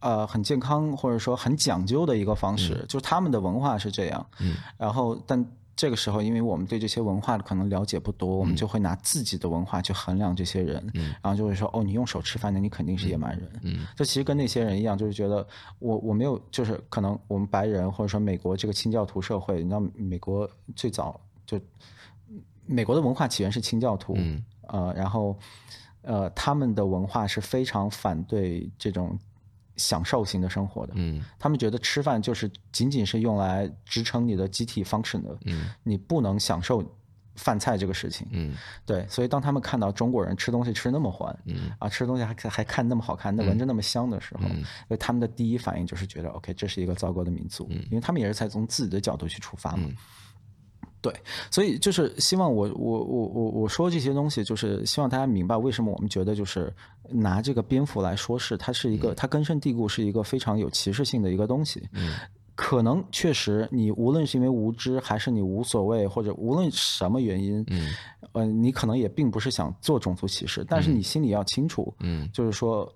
B: 呃很健康或者说很讲究的一个方式，就是他们的文化是这样。
A: 嗯，
B: 然后但。这个时候，因为我们对这些文化可能了解不多，
A: 嗯
B: 我们就会拿自己的文化去衡量这些人，然后就会说：“哦，你用手吃饭的，你肯定是野蛮人。”
A: 嗯，
B: 就其实跟那些人一样，就是觉得我我没有，就是可能我们白人或者说美国这个清教徒社会，你知道美国最早就美国的文化起源是清教徒，
A: 嗯
B: 呃，然后呃他们的文化是非常反对这种享受型的生活的，
A: 嗯
B: 他们觉得吃饭就是仅仅是用来支撑你的集体 function 的，
A: 嗯
B: 你不能享受饭菜这个事情，
A: 嗯
B: 对，所以当他们看到中国人吃东西吃那么欢，
A: 嗯
B: 啊，吃东西还看还看那么好看，那闻着那么香的时候，所以他们的第一反应就是觉得 OK，这是一个糟糕的民族，因为他们也是才从自己的角度去出发嘛。
A: 嗯
B: 对，所以就是希望我我我我我说这些东西，就是希望大家明白为什么我们觉得就是拿这个蝙蝠来说是它是一个、它根深蒂固是一个非常有歧视性的一个东西。可能确实，你无论是因为无知，还是你无所谓，或者无论什么原因，嗯，呃，你可能也并不是想做种族歧视，但是你心里要清楚，
A: 嗯
B: 就是说，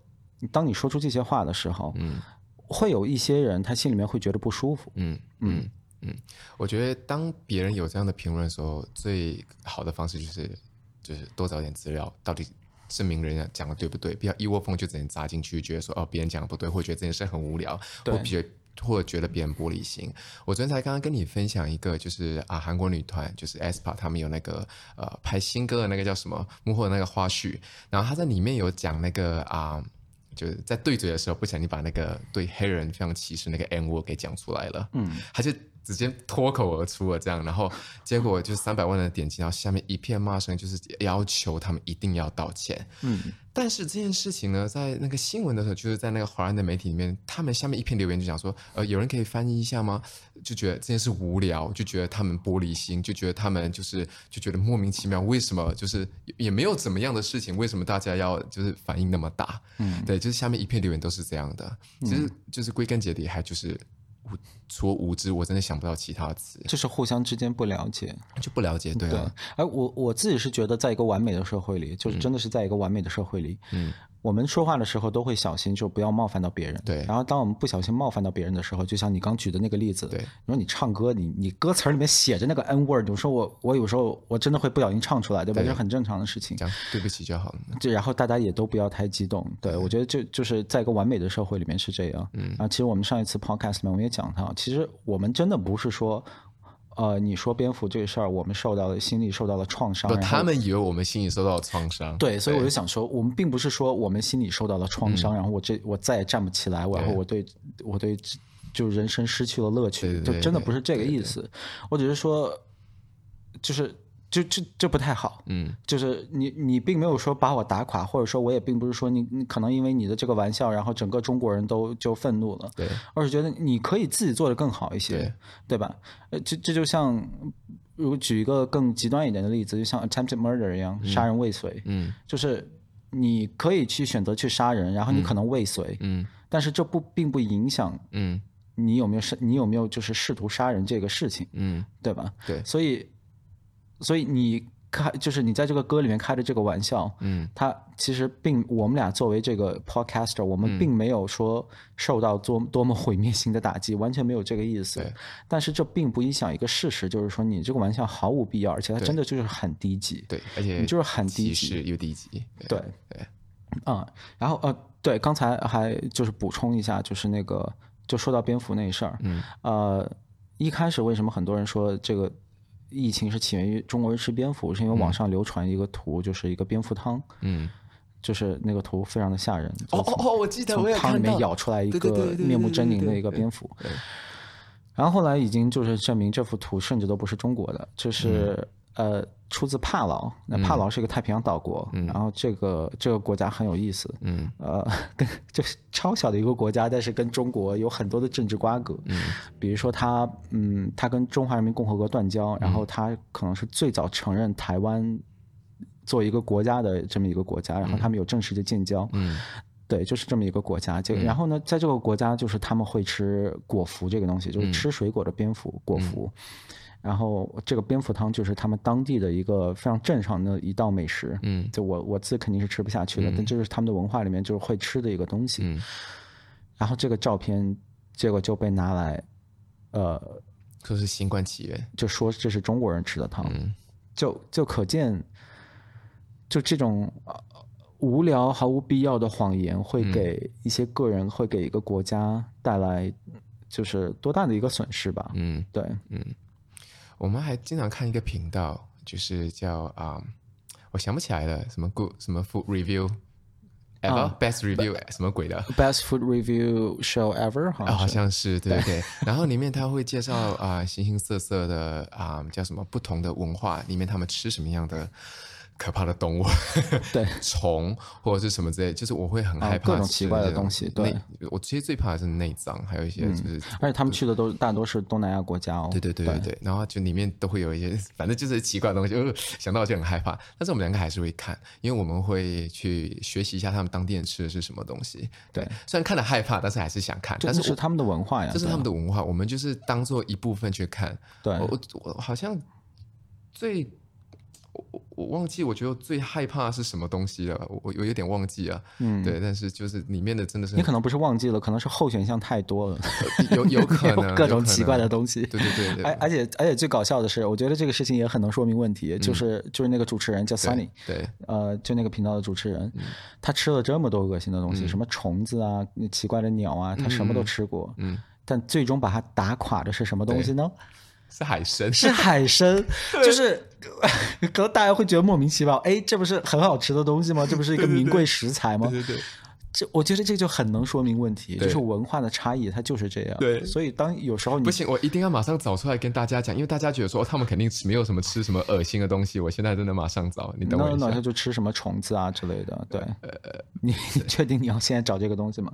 B: 当你说出这些话的时候，嗯，会有一些人他心里面会觉得不舒服，
A: 嗯嗯嗯，我觉得当别人有这样的评论的时候，最好的方式就是就是多找点资料，到底证明人家啊讲的对不对，不要一窝蜂就只能砸进去，觉得说哦别人讲的不对，或者觉得这件事很无聊，
B: 对
A: 或觉或者觉得别人玻璃心。我昨天才刚刚跟你分享一个，就是啊韩国女团就是 aespa 他们有那个呃拍新歌的那个叫什么幕后的那个花絮，然后他在里面有讲那个啊。就是在对嘴的时候，不小心把那个对黑人非常歧视那个 N word 给讲出来了，嗯，他就直接脱口而出了这样，然后结果就三百万的点击，然后下面一片骂声，就是要求他们一定要道歉，
B: 嗯，
A: 但是这件事情呢，在那个新闻的时候，就是在那个华人的媒体里面，他们下面一篇留言就讲说，呃，有人可以翻译一下吗？就觉得这件事无聊，就觉得他们玻璃心，就觉得他们就是就觉得莫名其妙，为什么就是也也没有怎么样的事情，为什么大家要就是反应那么大？
B: 嗯，
A: 对，就是下面一片留言都是这样的。其实就是归根结底，还就是无除了无知，我真的想不到其他词，
B: 就是互相之间不了解，
A: 就不了解，对
B: 对
A: 啊，，
B: 哎，我我自己是觉得，在一个完美的社会里，就是真的是在一个完美的社会里，
A: 嗯，
B: 我们说话的时候都会小心，就不要冒犯到别人。
A: 对
B: 然后当我们不小心冒犯到别人的时候，就像你刚举的那个例子，
A: 对
B: 你说你唱歌，你你歌词儿里面写着那个 N word，有时候我我有时候我真的会不小心唱出来，对吧？
A: 对
B: 这是很正常的事情。
A: 讲对不起就好了。
B: 这然后大家也都不要太激动，对我觉得就就是在一个完美的社会里面是这样。嗯啊，其实我们上一次 podcast 里面我们也讲到，其实我们真的不是说，呃，你说蝙蝠这个事儿，我们受到了心理受到了创伤，
A: 不，
B: 然后
A: 他们以为我们心里受到了创伤。
B: 对，所以我就想说，我们并不是说我们心里受到了创
A: 嗯
B: 伤，然后我这我再也站不起来，我然后我对我对就人生失去了乐趣，
A: 对对对
B: 就真的不是这个意思。我只是说，就是就这这不太好，
A: 嗯，
B: 就是你你并没有说把我打垮，或者说我也并不是说你你可能因为你的这个玩笑，然后整个中国人都就愤怒了，
A: 对，
B: 而是觉得你可以自己做的更好一些，
A: 对
B: 对吧？呃，这这就像。如果举一个更极端一点的例子，就像 attempted murder 一样，杀人未遂。
A: 嗯
B: 就是你可以去选择去杀人，然后你可能未遂，
A: 嗯
B: 但是这不并不影响
A: 嗯
B: 你有没有是，你有没有就是试图杀人这个事情，
A: 嗯，
B: 对吧？
A: 对，
B: 所以，所以你开就是你在这个歌里面开的这个玩笑，
A: 嗯，
B: 它其实并我们俩作为这个 podcaster，我
A: 嗯
B: 们并没有说受到多多么毁灭性的打击，完全没有这个意思
A: 对。
B: 但是这并不影响一个事实，就是说你这个玩笑毫无必要，而且它
A: 对
B: 真的就是很低级，
A: 对，而且
B: 你就是很
A: 歧
B: 低级。
A: 视又低级。
B: 对，啊、然后呃，对，刚才还就是补充一下，就是那个就说到蝙蝠那事儿，嗯，呃，一开始为什么很多人说这个疫情是起源于中国人吃蝙蝠，是因为网上流传一个图，就是一个蝙蝠汤，
A: 嗯，
B: 就是那个图非常的吓人，
A: 哦
B: 就是
A: 哦哦，我记得我
B: 从
A: 也
B: 汤里
A: 看
B: 面
A: 到。
B: 咬出来一
A: 对对对
B: 个
A: 对对
B: 面目狰狞
A: 对
B: 的
A: 对
B: 一个
A: 对
B: 蝙蝠
A: 对。
B: 然后后来已经就是证明这幅图甚至都不是中国的，这是呃出自帕劳。那帕劳是一个太平洋岛国，然后这个这个国家很有意思，
A: 嗯，
B: 呃，跟就是超小的一个国家，但是跟中国有很多的政治瓜葛，嗯，比如说它嗯它跟中华人民共和国断交，然后它可能是最早承认台湾作为一个国家的这么一个国家，然后他们有正式的建交，嗯，对，就是这么一个国家。就然后呢，在这个国家，就是他们会吃果蝠这个东西，就是吃水果的蝙蝠果蝠。然后这个蝙蝠汤就是他们当地的一个非常正常的一道美食，
A: 嗯，
B: 就我我自己肯定是吃不下去的，但这是他们的文化里面就是会吃的一个东西。
A: 嗯
B: 然后这个照片结果就被拿来，呃，
A: 说是新冠起源，
B: 就说这是中国人吃的汤，
A: 嗯
B: 就就可见，就这种呃无聊毫无必要的谎言，会
A: 嗯
B: 给一些个人，会给一个国家带来就是多大的一个损失吧？
A: 嗯，
B: 对，
A: 我们还经常看一个频道，就是叫啊、我想不起来了，什么 good 什么 food review ever、best review 什么鬼的，
B: Best food review show ever，好
A: 啊，
B: 像
A: 好
B: 是。
A: 像是对对对。然后里面他会介绍啊、形形色色的啊、叫什么不同的文化，里面他们吃什么样的可怕的动物，
B: 对，
A: 虫或者是什么之类，就是我会很
B: 啊
A: 害怕、
B: 各种奇怪的东西对，
A: 我其实最怕的是内脏，还有一些就是。
B: 而且他们去的都大多是东南亚国家哦。
A: 对对对对对，然后就里面都会有一些， 反正就是奇怪的东西，呃想到就很害怕。但是我们两个还是会看，因为我们会去学习一下他们当地人吃的是什么东西。
B: 对，
A: 虽然看了害怕，但是还是想看。
B: 这
A: 但
B: 这
A: 是
B: 是
A: 我
B: 他们的文化呀。
A: 这是
B: 对啊哎
A: 他们的哦文化，我们就是当做一部分去看。
B: 对
A: 我我我好像最我我我忘记，我觉得最害怕是什么东西了，我我我有点忘记啊。嗯，对，但是就是里面的真的是
B: 你可能不是忘记了，可能是候选项太多了，
A: 有有 可能
B: 各种奇怪的
A: 有可
B: 东西哎
A: 能。对对对对
B: 而而且而且最搞笑的是，我觉得这个事情也很能说明问题，就是就是那个主持人叫 Sunny，
A: 嗯对嗯
B: 呃，就那个频道的主持人，他吃了这么多恶心的东西，什么虫子啊、
A: 嗯
B: 奇怪的鸟啊，他什么都吃过，嗯，但最终把他打垮的是什么东西呢？
A: 是海参，
B: 是海参， 就是可能大家会觉得莫名其妙，哎，这不是很好吃的东西吗？这不是一个名贵食材吗？
A: 对对对
B: 这我觉得这就很能说明问题，
A: 对
B: 就是文化的差异，它就是这样。
A: 对
B: 所以当有时候你
A: 不行，我一定要马上找出来跟大家讲，因为大家觉得说、哦、他们肯定没有什么吃什么恶心的东西，我现在真的马上找你等
B: 那
A: 我一
B: 那
A: 下
B: 他。就吃什么虫子啊之类的。对，你你确定你要现在找这个东西吗？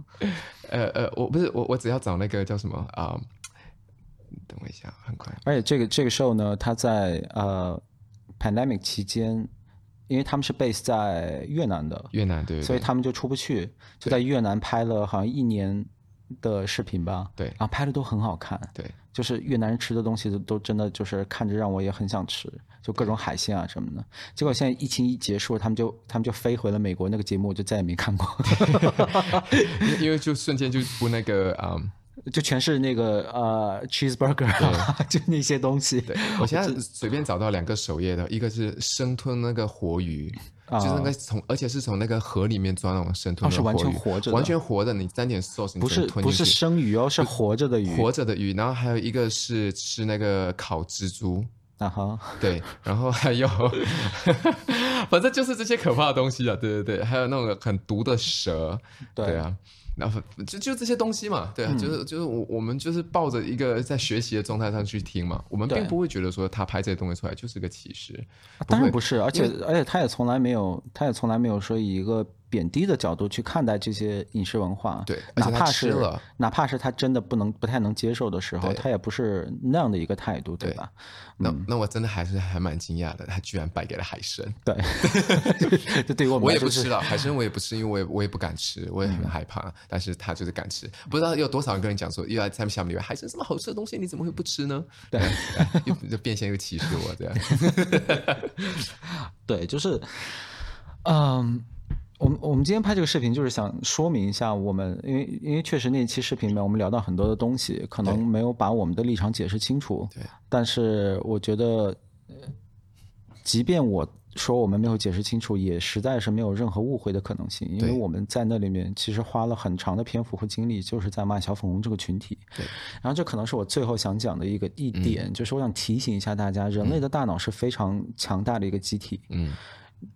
A: 呃呃，我不是我我只要找那个叫什么啊、等我一下，很快。
B: 而且这个这个 show 呢，它在呃 pandemic 期间，因为他们是 base 在越南的，
A: 越南对，对
B: 所以
A: 对
B: 他们就出不去，就在越南拍了好像一年的视频吧，
A: 对
B: 然后拍的都很好看，
A: 对，
B: 就是越南人吃的东西都都真的就是看着让我也很想吃，就各种海鲜啊什么的。结果现在疫情一结束，他们就他们就飞回了美国，那个节目我就再也没看过，
A: 因为就瞬间就不那个嗯。
B: 就全是那个呃 cheeseburger，、啊、就那些东西。
A: 对我现在随便找到两个首页的，一个是生吞那个活鱼，啊、就是那个从而且是从那个河里面抓那种生吞的
B: 活鱼，哦，是完全
A: 活
B: 着
A: 的，完全活的，你沾点 sauce
B: 不是不是生鱼哦，是活着的鱼，
A: 活着的鱼。然后还有一个是吃那个烤蜘蛛。
B: 啊哈，
A: 对，然后还有 反正就是这些可怕的东西啊，对对对，还有那种很毒的蛇，
B: 对,
A: 对啊，然后就就这些东西嘛，对啊，嗯、就是就是我我们就是抱着一个在学习的状态上去听嘛，我们并不会觉得说他拍这些东西出来就是个歧视，
B: 啊、当然不是，而且而且他也从来没有，他也从来没有说以一个。贬低的角度去看待这些饮食文化，
A: 对，
B: 哪怕是
A: 了，
B: 哪怕是他真的不能不太能接受的时候，他也不是那样的一个态度，对吧？
A: 那那我真的还是还蛮惊讶的，他居然败给了海参。
B: 对， 这对于 我们
A: 我也不吃了海参，我也不吃，因为我也我也不敢吃，我也很害怕。但是他就是敢吃，不知道有多少人跟人讲说，又在他们下面留言，海参这么好吃的东西，你怎么会不吃呢？
B: 对，
A: 又就变相又歧视我这样。
B: 对，就是，嗯。我们我们今天拍这个视频，就是想说明一下，我们因为因为确实那一期视频里面，我们聊到很多的东西，可能没有把我们的立场解释清楚。
A: 对。
B: 但是我觉得，呃即便我说我们没有解释清楚，也实在是没有任何误会的可能性，因为我们在那里面其实花了很长的篇幅和精力，就是在骂小粉红这个群体。
A: 对。
B: 然后这可能是我最后想讲的一个一点，就是我想提醒一下大家，人类的大脑是非常强大的一个机体。
A: 嗯。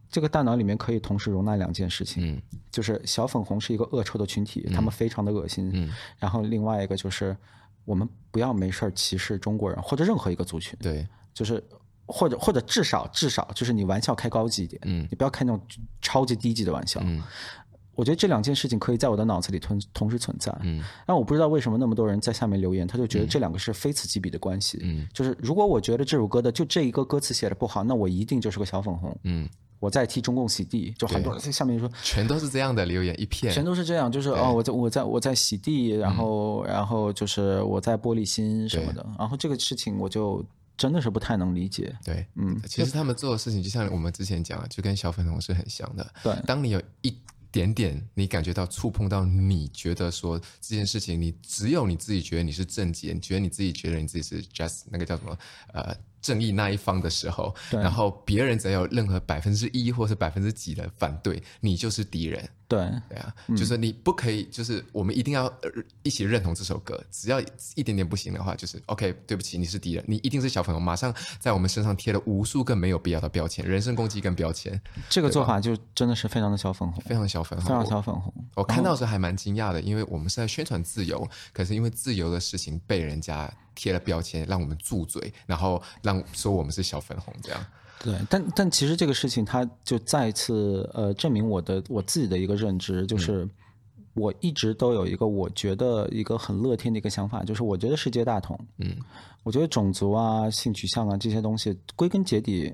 B: 这个大脑里面可以同时容纳两件事情，
A: 嗯，
B: 就是小粉红是一个恶臭的群体，他们非常的恶心，
A: 嗯，
B: 然后另外一个就是我们不要没事儿歧视中国人或者任何一个族群，
A: 对，
B: 就是或者或者至少至少就是你玩笑开高级一点，
A: 嗯，
B: 你不要开那种超级低级的玩笑，
A: 嗯，
B: 我觉得这两件事情可以在我的脑子里同同时存在，
A: 嗯，
B: 但我不知道为什么那么多人在下面留言，他就觉得这两个是非此即彼的关系，
A: 嗯，
B: 就是如果我觉得这首歌的就这一个歌词写的不好，那我一定就是个小粉红，
A: 嗯。
B: 我在替中共洗地，就很多人在下面说，
A: 全都是这样的留言一片，
B: 全都是这样，就是哦，我在我在我在洗地，然后、嗯、然后就是我在玻璃心什么的，然后这个事情我就真的是不太能理解。
A: 对，
B: 嗯，
A: 其实他们做的事情就像我们之前讲，就跟小粉红是很像的。
B: 对，
A: 当你有一点点你感觉到触碰到，你觉得说这件事情，你只有你自己觉得你是正解，你觉得你自己觉得你自己是 just 那个叫什么呃。正义那一方的时候，然后别人只要有任何百分之一或是百分之几的反对，你就是敌人。
B: 对
A: 对啊，嗯、就是你不可以，就是我们一定要呃一起认同这首歌。只要一点点不行的话，就是 OK，对不起，你是敌人，你一定是小粉红。马上在我们身上贴了无数个没有必要的标签，人身攻击跟标签。
B: 这个做法就真的是非常的小粉红，
A: 非常小粉红，
B: 非常小粉红。
A: 我看到时还蛮惊讶的，因为我们是在宣传自由，可是因为自由的事情被人家。贴了标签，让我们住嘴，然后让说我们是小粉红这样。
B: 对，但但其实这个事情，它就再一次呃证明我的我自己的一个认知，
A: 嗯
B: 就是我一直都有一个我觉得一个很乐天的一个想法，就是我觉得世界大同。
A: 嗯，
B: 我觉得种族啊、性取向啊这些东西，归根结底。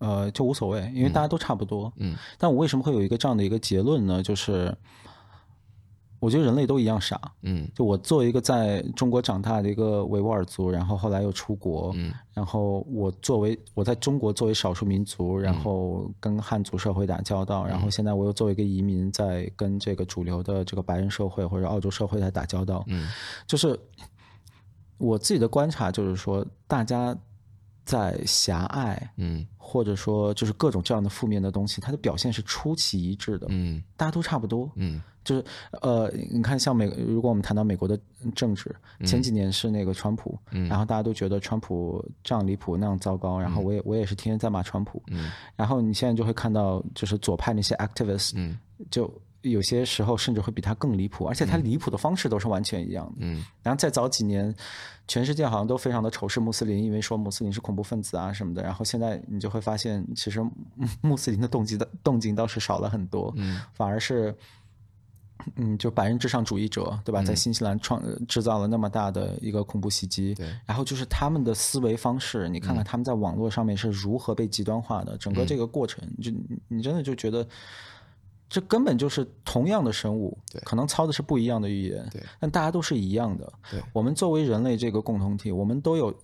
B: 呃，就无所谓，因为大家都差不多。
A: 嗯，嗯
B: 但我为什么会有一个这样的一个结论呢？就是。我觉得人类都一样傻，
A: 嗯，
B: 就我作为一个在中国长大的一个维吾尔族，然后后来又出国，
A: 嗯，
B: 然后我作为我在中国作为少数民族，然后跟汉族社会打交道，
A: 嗯、
B: 然后现在我又作为一个移民，在跟这个主流的这个白人社会或者澳洲社会在打交道，
A: 嗯，
B: 就是我自己的观察就是说，大家在狭隘，
A: 嗯，
B: 或者说就是各种这样的负面的东西，它的表现是出奇一致的，
A: 嗯，
B: 大家都差不多，
A: 嗯。
B: 就是呃，你看，像美，如果我们谈到美国的政治，前几年是那个川普，
A: 嗯、
B: 然后大家都觉得川普这样离谱那样糟糕，然后我也我也是天天在骂川普，
A: 嗯、
B: 然后你现在就会看到，就是左派那些 activists，、
A: 嗯、
B: 就有些时候甚至会比他更离谱，而且
A: 嗯
B: 他离谱的方式都是完全一样的。然后再早几年，全世界好像都非常的仇视穆斯林，因为说穆斯林是恐怖分子啊什么的。然后现在你就会发现，其实穆 斯林的动机的动静倒是少了很多，反而是。嗯，就白人至上主义者，对吧？
A: 嗯、
B: 在新西兰创呃制造了那么大的一个恐怖袭击，
A: 对。
B: 然后就是他们的思维方式，你看看他们在网络上面是如何被极端化的，
A: 嗯、
B: 整个这个过程，就你真的就觉得这根本就是同样的生物
A: 对，
B: 可能操的是不一样的语言，
A: 对
B: 但大家都是一样的
A: 对。
B: 我们作为人类这个共同体，我们都有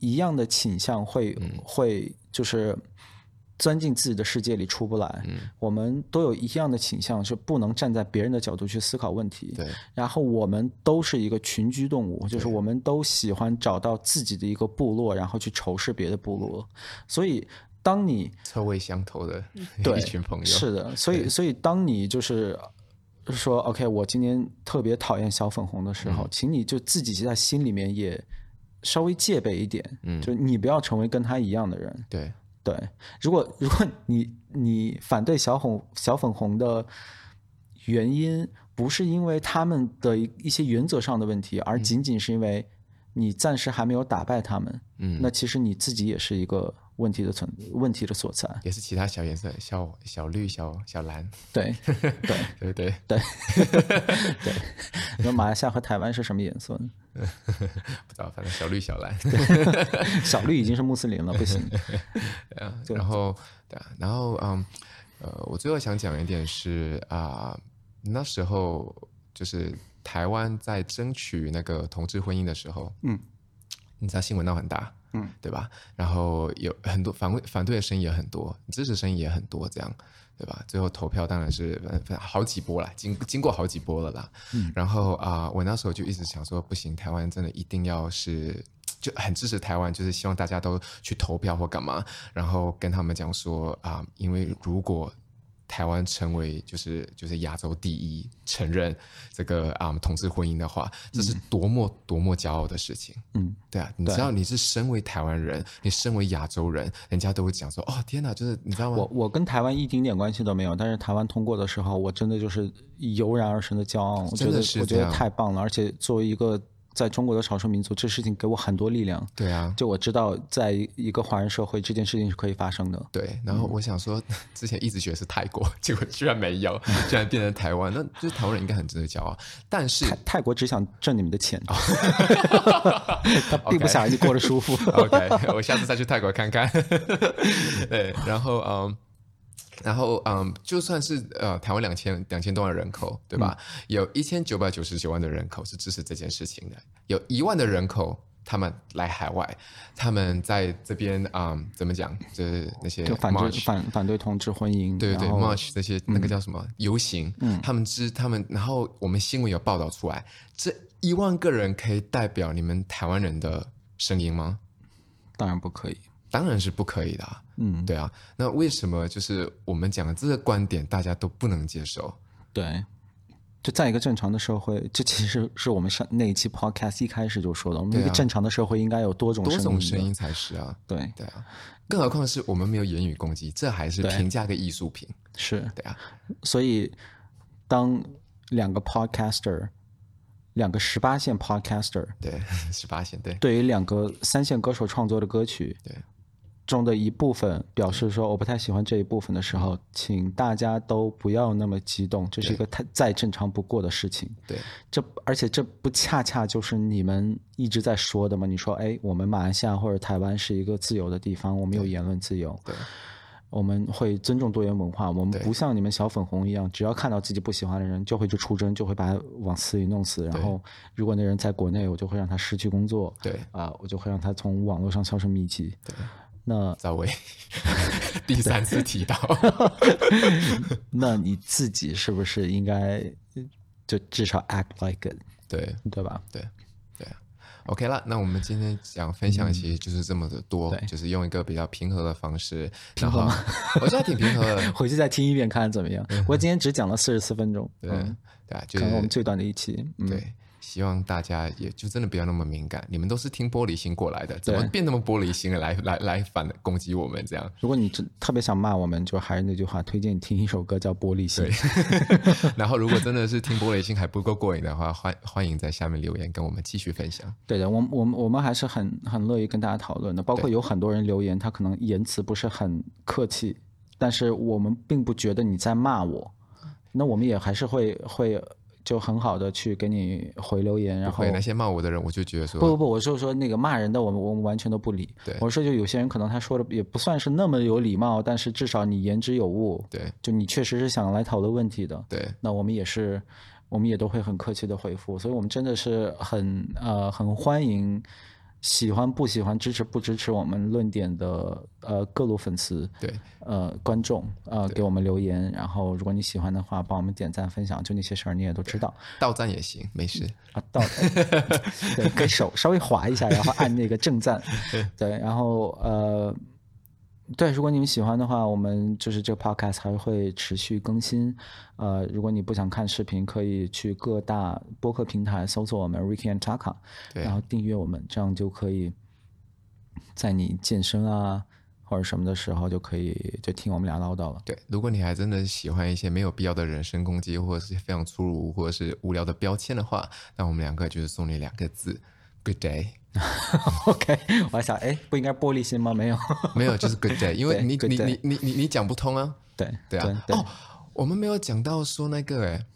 B: 一样的倾向，会
A: 嗯
B: 会就是钻进自己的世界里出不来。
A: 嗯
B: 我们都有一样的倾向，是不能站在别人的角度去思考问题。
A: 对
B: 然后我们都是一个群居动物，就是我们都喜欢找到自己的一个部落，然后去仇视别的部
A: 嗯
B: 落。所以，当你
A: 臭味相投的
B: 对
A: 一群朋友，
B: 是的，所以所以当你就是说 OK，我今年特别讨厌小粉红的时候，
A: 嗯
B: 请你就自己在心里面也稍微戒备一点，嗯，就你不要成为跟他一样的人。
A: 对
B: 对，如果如果你你反对小红小粉红的原因，不是因为他们的一一些原则上的问题，
A: 嗯
B: 而仅仅是因为你暂时还没有打败他们，
A: 嗯，
B: 那其实你自己也是一个问题的存问题的所在。
A: 也是其他小颜色，小小绿、小小 蓝，
B: 对，对。
A: 对不对？
B: 对，对，你说马来西亚和台湾是什么颜色呢？
A: 不知道，反正小绿、小蓝。
B: 小绿已经是穆斯林了，不行。
A: 啊然后，对啊，然后，嗯，呃，我最后想讲一点是啊、那时候就是台湾在争取那个同志婚姻的时候，
B: 嗯，
A: 你知道新闻闹很大，
B: 嗯，
A: 对吧？然后有很多反反对的声音也很多，支持声音也很多，这样。对吧？最后投票当然是反反好几波了，经经过好几波了啦。然后啊、我那时候就一直想说，不行，台湾真的一定要是就很支持台湾，就是希望大家都去投票或干嘛，然后跟他们讲说啊、因为如果台湾成为就是就是亚洲第一承认这个啊、同志婚姻的话，这是多么多么骄傲的事情。
B: 嗯，
A: 对啊，你
B: 对
A: 知道你是身为台湾人，你身为亚洲人，人家都会讲说哦天哪，就是你知道吗？
B: 我我跟台湾一丁点关系都没有，但是台湾通过的时候，我真的就是油然而生的骄傲，我觉
A: 真的
B: 得
A: 是
B: 我觉
A: 这
B: 得
A: 样
B: 太棒了，而且作为一个在中国的少数民族，这事情给我很多力量。
A: 对啊，
B: 就我知道，在一个华人社会，这件事情是可以发生的。
A: 对，然后
B: 嗯
A: 我想说，之前一直觉得是泰国，结果居然没 有，居然变成台湾，那就是台湾人应该很值得骄傲。但是
B: 泰泰国只想挣你们的钱，
A: 哦
B: 他并不想让你过得舒服。
A: OK，我 下次再去泰国看看。 对，然后嗯。然后，嗯，就算是呃，台湾两千两千多万人口，对吧？
B: 嗯
A: 有一千九百九十九万的人口是支持这件事情的，有一万的人口他们来海外，他们在这边啊、嗯怎么讲？就是那些
B: 就反对
A: march
B: 反反对同志婚姻，
A: 对对对
B: 然后嗯
A: ，march 这些那个叫什么、游行，他们知他们，然后我们新闻有报道出来，这一万个人可以代表你们台湾人的声音吗？
B: 当然不可以。
A: 当然是不可以的、啊，
B: 嗯，
A: 对啊。那为什么就是我们讲的这个观点大家都不能接受？
B: 对，就在一个正常的社会，这其实是我们上那一期 podcast 一开始就说的，我们
A: 对
B: 一个
A: 啊
B: 正常的社会应该有多种
A: 多种声
B: 的
A: 音才是啊，
B: 对，
A: 对啊。更何况是我们没有言语攻击，这还是
B: 对
A: 评价个艺术品，
B: 是，
A: 对啊，
B: 所以当两个 podcaster，两个十八线 podcaster
A: 对，十八线，对
B: 对于两个三线歌手创作的歌曲
A: 对
B: 中的一部分表示说我不太喜欢这一部分的时候，请大家都不要那么激动，这是一个太再正常不过的事情。
A: 对
B: 这而且这不恰恰就是你们一直在说的吗？你说，哎，我们马来西亚或者台湾是一个自由的地方，我们有言论自由，
A: 对
B: 我们会尊重多元文化，我们
A: 对
B: 不像你们小粉红一样，只要看到自己不喜欢的人，就会去出征，就会把他往死里弄死。然后，如果那人在国内，我就会让他失去工作，
A: 对
B: 啊、我就会让他从网络上销声 匿迹。那
A: 赵薇 第三次提到，
B: 那你自己是不是应该就至少 act like it，
A: 对。
B: 对吧？
A: 对，对啊，OK 啦，那我们今天讲分享其实就是这么的多，
B: 嗯对
A: 就是用一个比较平和的方式，然后 我觉得挺平和的，
B: 回去再听一遍看看怎么样。我今天只讲了四十四分钟，
A: 嗯对、
B: 嗯
A: 对啊，就
B: 可能我们
A: 是
B: 最短的一期。嗯，
A: 对。希望大家也就真的不要那么敏感，你们都是听玻璃心过来的，怎么
B: 对
A: 变那么玻璃心了，来来来反攻击我们这样？
B: 如果你真特别想骂我们，就还是那句话，推荐你听一首歌叫《玻璃心》。
A: 然后如果真的是听玻璃心还不够过瘾的话，欢欢迎在下面留言跟我们继续分享。
B: 对的，我们我们我们还是很很乐意跟大家讨论的，包括有很多人留言，他可能言辞不是很客气，
A: 嗯
B: 但是我们并不觉得你在骂我，那我们也还是会会就很好的去给你回留言，然后
A: 那些骂我的人，我就觉得说
B: 不不不，我是说那个骂人的，我们我们完全都不理。
A: 对，
B: 我说就有些人可能他说的也不算是那么有礼貌，但是至少你言之有物。
A: 对，
B: 就你确实是想来讨论问题的。
A: 对，
B: 那我们也是，我们也都会很客气的回复，所以我们真的是很呃很欢迎。喜欢不喜欢支持不支持我们论点的呃各路粉丝
A: 对
B: 呃观众呃给我们留言，然后如果你喜欢的话，帮我们点赞分享，就那些事儿你也都知道，
A: 到赞也行，没事
B: 啊，到 对，可以手稍微滑一下，然后按那个正赞，对，然后呃。对，如果你们喜欢的话，我们就是这个 podcast 还会持续更新。呃，如果你不想看视频，可以去各大播客平台搜索我们 Ricky and Taka，然后订阅我们，这样就可以在你健身啊或者什么的时候就可以就听我们俩唠叨了。
A: 对，如果你还真的喜欢一些没有必要的人身攻击，或者是非常粗鲁或者是无聊的标签的话，那我们两个就是送你两个字：Good day。
B: OK，我还想，哎，不应该玻璃心吗？没有，
A: 没有，就是 good day，因为你你你你你你讲不通啊。
B: 对
A: 对啊
B: 对对。
A: 哦，我们没有讲到说那个，哎，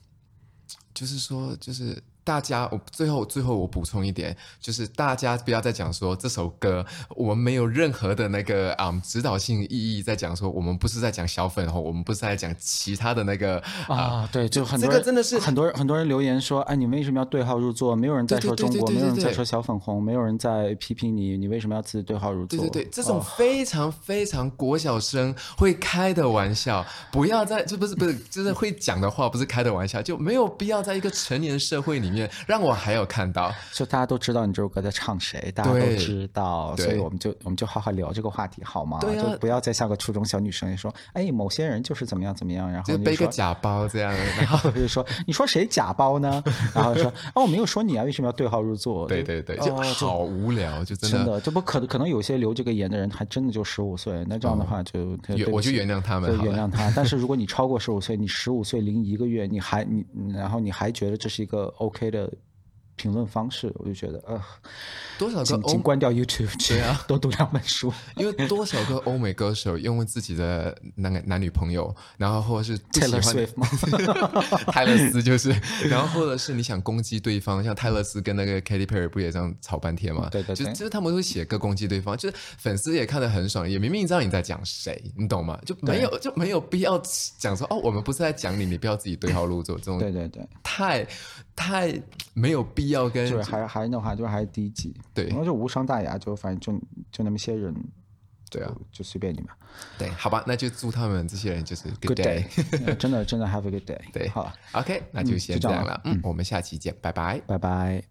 A: 就是说，就是大家，我最后最后我补充一点，就是大家不要再讲说这首歌，我们没有任何的那个啊、嗯、指导性意义，在讲说我们不是在讲小粉红，我们不是在讲其他的那个
B: 啊、呃，对，就很多
A: 这个真的是
B: 很多人很多人留言说，哎，你为什么要对号入座？没有人在说中国，
A: 对对对
B: 没有人在说小粉红，没有人在批评你，你为什么要自己对号入座？
A: 对对对，这种非常非常国小生会开的玩笑，不要在这不是不是就是会讲的话，不是开的玩笑，就没有必要在一个成年社会里面。让我还有看到，
B: 就大家都知道你这首歌在唱谁，大家都知道，所以我们就我们就好好聊这个话题好吗？
A: 对
B: 啊，就不要再像个初中小女生说，哎，某些人就是怎么样怎么样，然后
A: 就背个 假包这样，
B: 然后就说你说谁假包呢？然后说啊，我没有说你啊，为什么要对号入座？
A: 对对对，哦就好无聊，就真
B: 的，这不可可能有些留这个言的人还真的就十五岁，那这样的话就、
A: 嗯、我就原谅他们，
B: 原谅他。但是如果你超过 十五岁，你十五岁零一个月，你还你然后你还觉得这是一个 OK 的。评论方式，我就觉得，呃，
A: 多少
B: 个请关掉 YouTube
A: 去啊，
B: 多读两本书，
A: 因为多少个欧美歌手因为自己的男男女朋友，然后或者是不喜欢 泰勒斯，就是，然后或者是你想攻击对方，像泰勒斯跟那个 Katy Perry 不也这样吵半天嘛？
B: 对对对，
A: 就就是他们会写歌攻击对方，就是粉丝也看得很爽，也明明知道你在讲谁，你懂吗？就没有就没有必要讲说哦，我们不是在讲你，你不要自己对号入座这种，
B: 对对对，
A: 太太没有必。要跟
B: 就是还还的话，就是还是低级，
A: 对，
B: 然后就无伤大雅，就反正就就那么些人，
A: 对啊，
B: 就随便你们，
A: 对，好吧，那就祝他们这些人就是
B: good day，真的真的 have a good day，
A: 对，
B: 好
A: ，OK，那就先
B: 这
A: 样了，嗯，我们下期见，拜拜，
B: 拜拜。